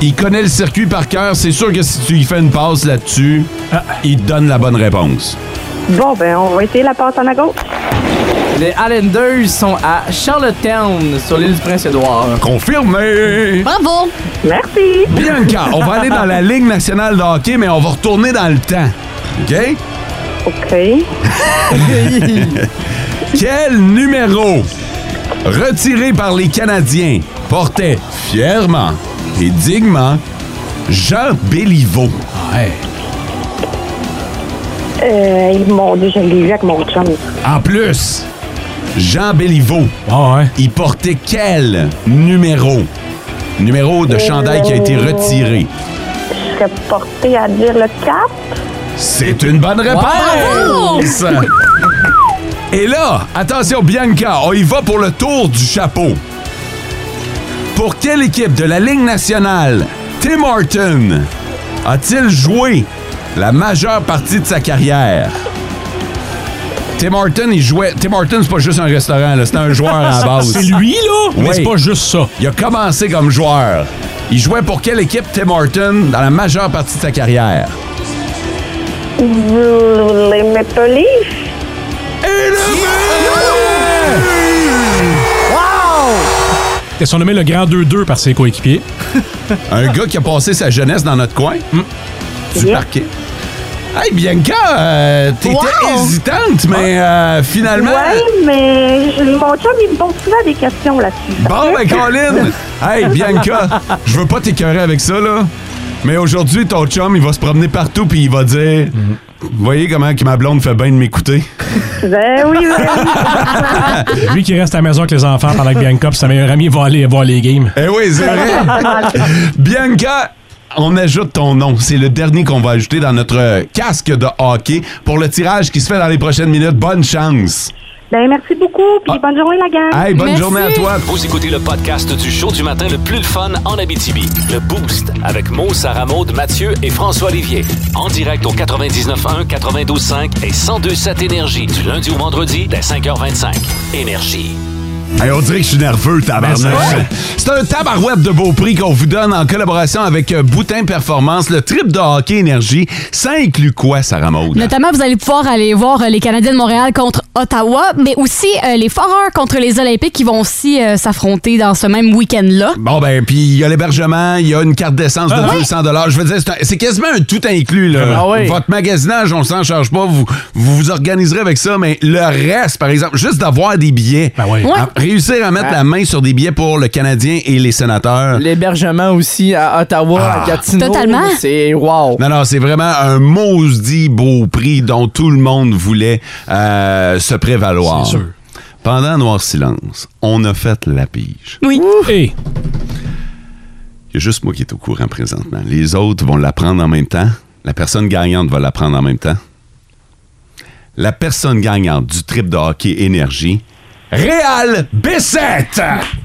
S4: Il connaît le circuit par cœur. C'est sûr que si tu y fais une passe là-dessus, il te donne la bonne réponse.
S21: Bon, ben, on va essayer la passe en à gauche.
S6: Les Islanders sont à Charlottetown, sur l'île du Prince-Édouard.
S4: Confirmé!
S21: Bravo. Merci.
S4: Bianca, on va aller dans la Ligue nationale de hockey, mais on va retourner dans le temps. OK?
S21: OK.
S4: Quel numéro retiré par les Canadiens portait fièrement et dignement Jean Béliveau?
S21: Euh, mon Dieu, je l'ai vu avec mon chum.
S4: En plus, Ah Jean Béliveau, il portait quel numéro? Numéro de chandail qui a été retiré.
S21: Je serais portée à dire le 4.
S4: C'est une bonne réponse! Et là, attention Bianca, on y va pour le tour du chapeau. Pour quelle équipe de la Ligue nationale Tim Horton a-t-il joué la majeure partie de sa carrière? Tim Horton, il jouait. Tim Horton, c'est pas juste un restaurant, là, c'est un joueur à la base.
S3: C'est lui, là? Mais c'est pas
S4: juste ça. Il a commencé comme joueur. Il jouait pour quelle équipe Tim Horton dans la majeure partie de sa carrière?
S21: Les Maple Leafs.
S15: Ah,
S3: Ils sont nommés le grand 2-2 par ses coéquipiers. Mm.
S4: Un gars qui a passé sa jeunesse dans notre coin. Du parquet. Hey, Bianca, euh, t'étais
S21: Wow!
S4: hésitante, mais euh, finalement...
S21: Oui, mais je- mon chum, il me pose souvent des questions là-dessus.
S4: Bon, ben, Colin! Hey, Bianca, je veux pas t'écœurer avec ça, là. Mais aujourd'hui, ton chum, il va se promener partout puis il va dire Voyez comment que ma blonde fait bien de m'écouter.
S21: Ben oui, ben oui.
S3: Lui qui reste à la maison avec les enfants pendant que Bianca et sa meilleure amie vont aller voir les games.
S4: Eh oui, c'est
S21: Ah,
S4: vrai. Bianca, on ajoute ton nom. C'est le dernier qu'on va ajouter dans notre euh, casque de hockey pour le tirage qui se fait dans les prochaines minutes. Bonne chance.
S21: Ben, merci beaucoup, puis bonne journée, la gang.
S4: Ah. Hey, bonne journée à toi.
S2: Vous écoutez le podcast du show du matin le plus le fun en Abitibi. Le Boost avec Mo, Sarah Maud, Mathieu et François Olivier. En direct au 99.1, 92.5 et 102.7 Énergie du lundi au vendredi dès 5h25. Énergie.
S4: Hey, on dirait que je suis nerveux, tabarnak.
S2: Ouais.
S4: C'est un tabarouette de beau prix qu'on vous donne en collaboration avec euh, Boutin Performance, le trip de hockey énergie. Ça inclut quoi, Sarah Maud?
S5: Notamment, vous allez pouvoir aller voir euh, les Canadiens de Montréal contre Ottawa, mais aussi euh, les Foreurs contre les Olympiques qui vont aussi euh, s'affronter dans ce même week-end-là.
S4: Bon, ben, puis il y a l'hébergement, il y a une carte d'essence de
S5: Ah ouais?
S4: 200 Je veux dire, c'est un- c'est quasiment un tout inclus, là.
S6: Ah ouais.
S4: Votre magasinage, on s'en charge pas. Vous, vous vous organiserez avec ça, mais le reste, par exemple, juste d'avoir des billets.
S6: Ben ouais.
S4: À- réussir à mettre
S6: Ah.
S4: la main sur des billets pour le Canadien et les sénateurs. Ah,
S6: L'hébergement aussi à Ottawa, à Gatineau.
S5: Totalement.
S6: C'est wow.
S4: Non, non, c'est vraiment un maudit beau prix dont tout le monde voulait euh, se prévaloir. Pendant Noir Silence, on a fait la pige.
S5: Oui.
S4: Il
S3: Et
S4: y a juste moi qui est au courant présentement. Les autres vont l'apprendre en même temps. La personne gagnante va l'apprendre en même temps. La personne gagnante du trip de hockey énergie, Réal Bessette!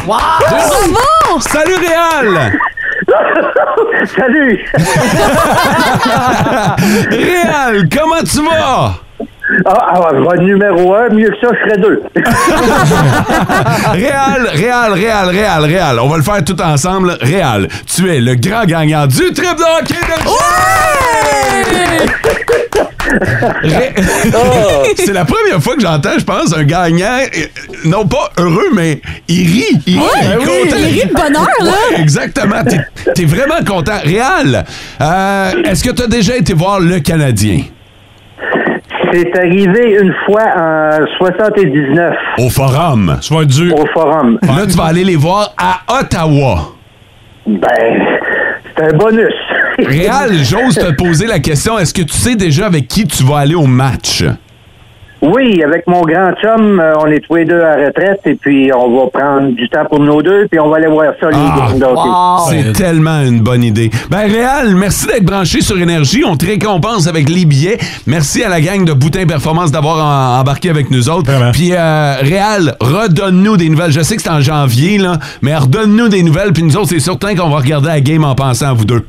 S15: Wow!
S4: Bravo! Salut Réal!
S15: Salut!
S4: Réal, comment tu vas?
S15: Ah, ah, je vais numéro un, mieux que ça, je serais deux.
S4: Réal, Réal, Réal, Réal, Réal. On va le faire tout ensemble. Réal, tu es le grand gagnant du trip de hockey énergie! Ré-
S15: Oh!
S4: C'est la première fois que j'entends, je pense, un gagnant, euh, non pas heureux, mais il rit. Il
S15: Ouais,
S4: est
S15: oui,
S4: content.
S15: il rit de bonheur, là.
S4: Ouais, exactement. T'es- T'es vraiment content. Réal, euh, est-ce que t'as déjà été voir le Canadien?
S15: C'est arrivé une fois en 79.
S4: Au forum.
S3: Tu vas être dur.
S15: Au forum.
S4: Là, tu vas aller les voir à Ottawa.
S15: Ben, c'est un bonus.
S4: Réal, j'ose te poser la question, est-ce que tu sais déjà avec qui tu vas aller au match?
S15: Oui, avec mon grand chum, euh, on est tous les deux à retraite et puis on va prendre du temps pour nous deux puis on va aller voir ça, les games de hockey.
S4: Ah. C'est tellement une bonne idée. Ben, Réal, merci d'être branché sur Énergie. On te récompense avec les billets. Merci à la gang de Boutin Performance d'avoir en- embarqué avec nous autres. Puis, euh, Réal, redonne-nous des nouvelles. Je sais que c'est en janvier, là, mais redonne-nous des nouvelles. Puis nous autres, c'est certain qu'on va regarder la game en pensant à vous deux.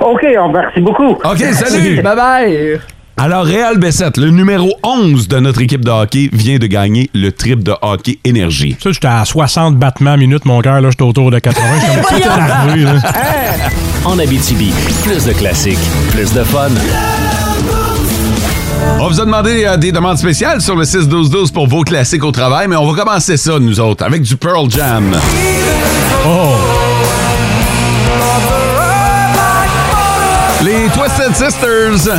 S15: OK, on merci beaucoup.
S4: OK, salut!
S6: Bye-bye.
S4: Alors, Réal Bessette, le numéro 11 de notre équipe de hockey, vient de gagner le trip de hockey Énergie.
S3: ça, j'étais à 60 battements minutes, mon cœur, là, j'étais autour de 80. J'étais comme tout énervé, là.
S2: En Abitibi, plus de classiques, plus de fun.
S4: On vous a demandé euh, des demandes spéciales sur le 6-12-12 pour vos classiques au travail, mais on va commencer ça, nous autres, avec du Pearl Jam. Oh! Les Twisted Sisters.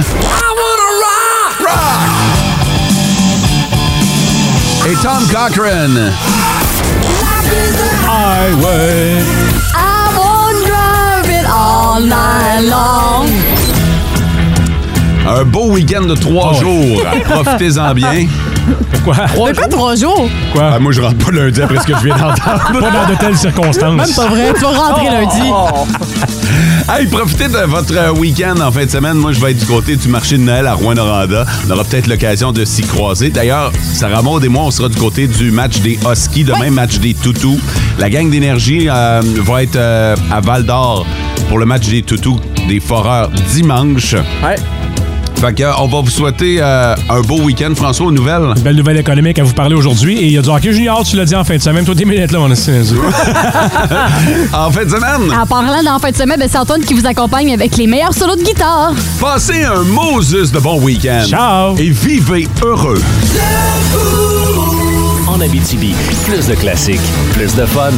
S4: Et Tom Cochran. Highway.
S15: I won't drive it all night long.
S4: Un beau week-end de trois
S3: Oh.
S4: jours. Profitez-en bien. Pourquoi?
S7: Mais pas trois jours.
S4: Quoi? moi, je rentre pas lundi après ce que je viens d'entendre.
S3: Pas dans de telles circonstances.
S7: Même pas vrai. Tu vas
S15: Oh.
S7: rentrer lundi.
S18: Oh,
S4: Hey, profitez de votre euh, week-end en fin de semaine. Moi, je vais être du côté du marché de Noël à Rouen-Noranda. On aura peut-être l'occasion de s'y croiser. D'ailleurs, Sarah Maud et moi, on sera du côté du match des Huskies, demain, match des Toutous. La gang d'énergie euh, va être euh, à Val-d'Or pour le match des Toutous des Foreurs dimanche. Fait que, euh, on va vous souhaiter euh, un beau week-end, François, aux nouvelles.
S3: Belle nouvelle économique à vous parler aujourd'hui. Et il y a du hockey junior, tu l'as dit en fin de semaine. Toi, t'es minutes là, on a
S4: en fin de semaine,
S5: En parlant d'en fin de semaine, ben, c'est Antoine qui vous accompagne avec les meilleurs solos de guitare.
S4: passez un Moses de bon week-end. Ciao! Et vivez heureux.
S2: En Abitibi, plus de classiques, plus de fun.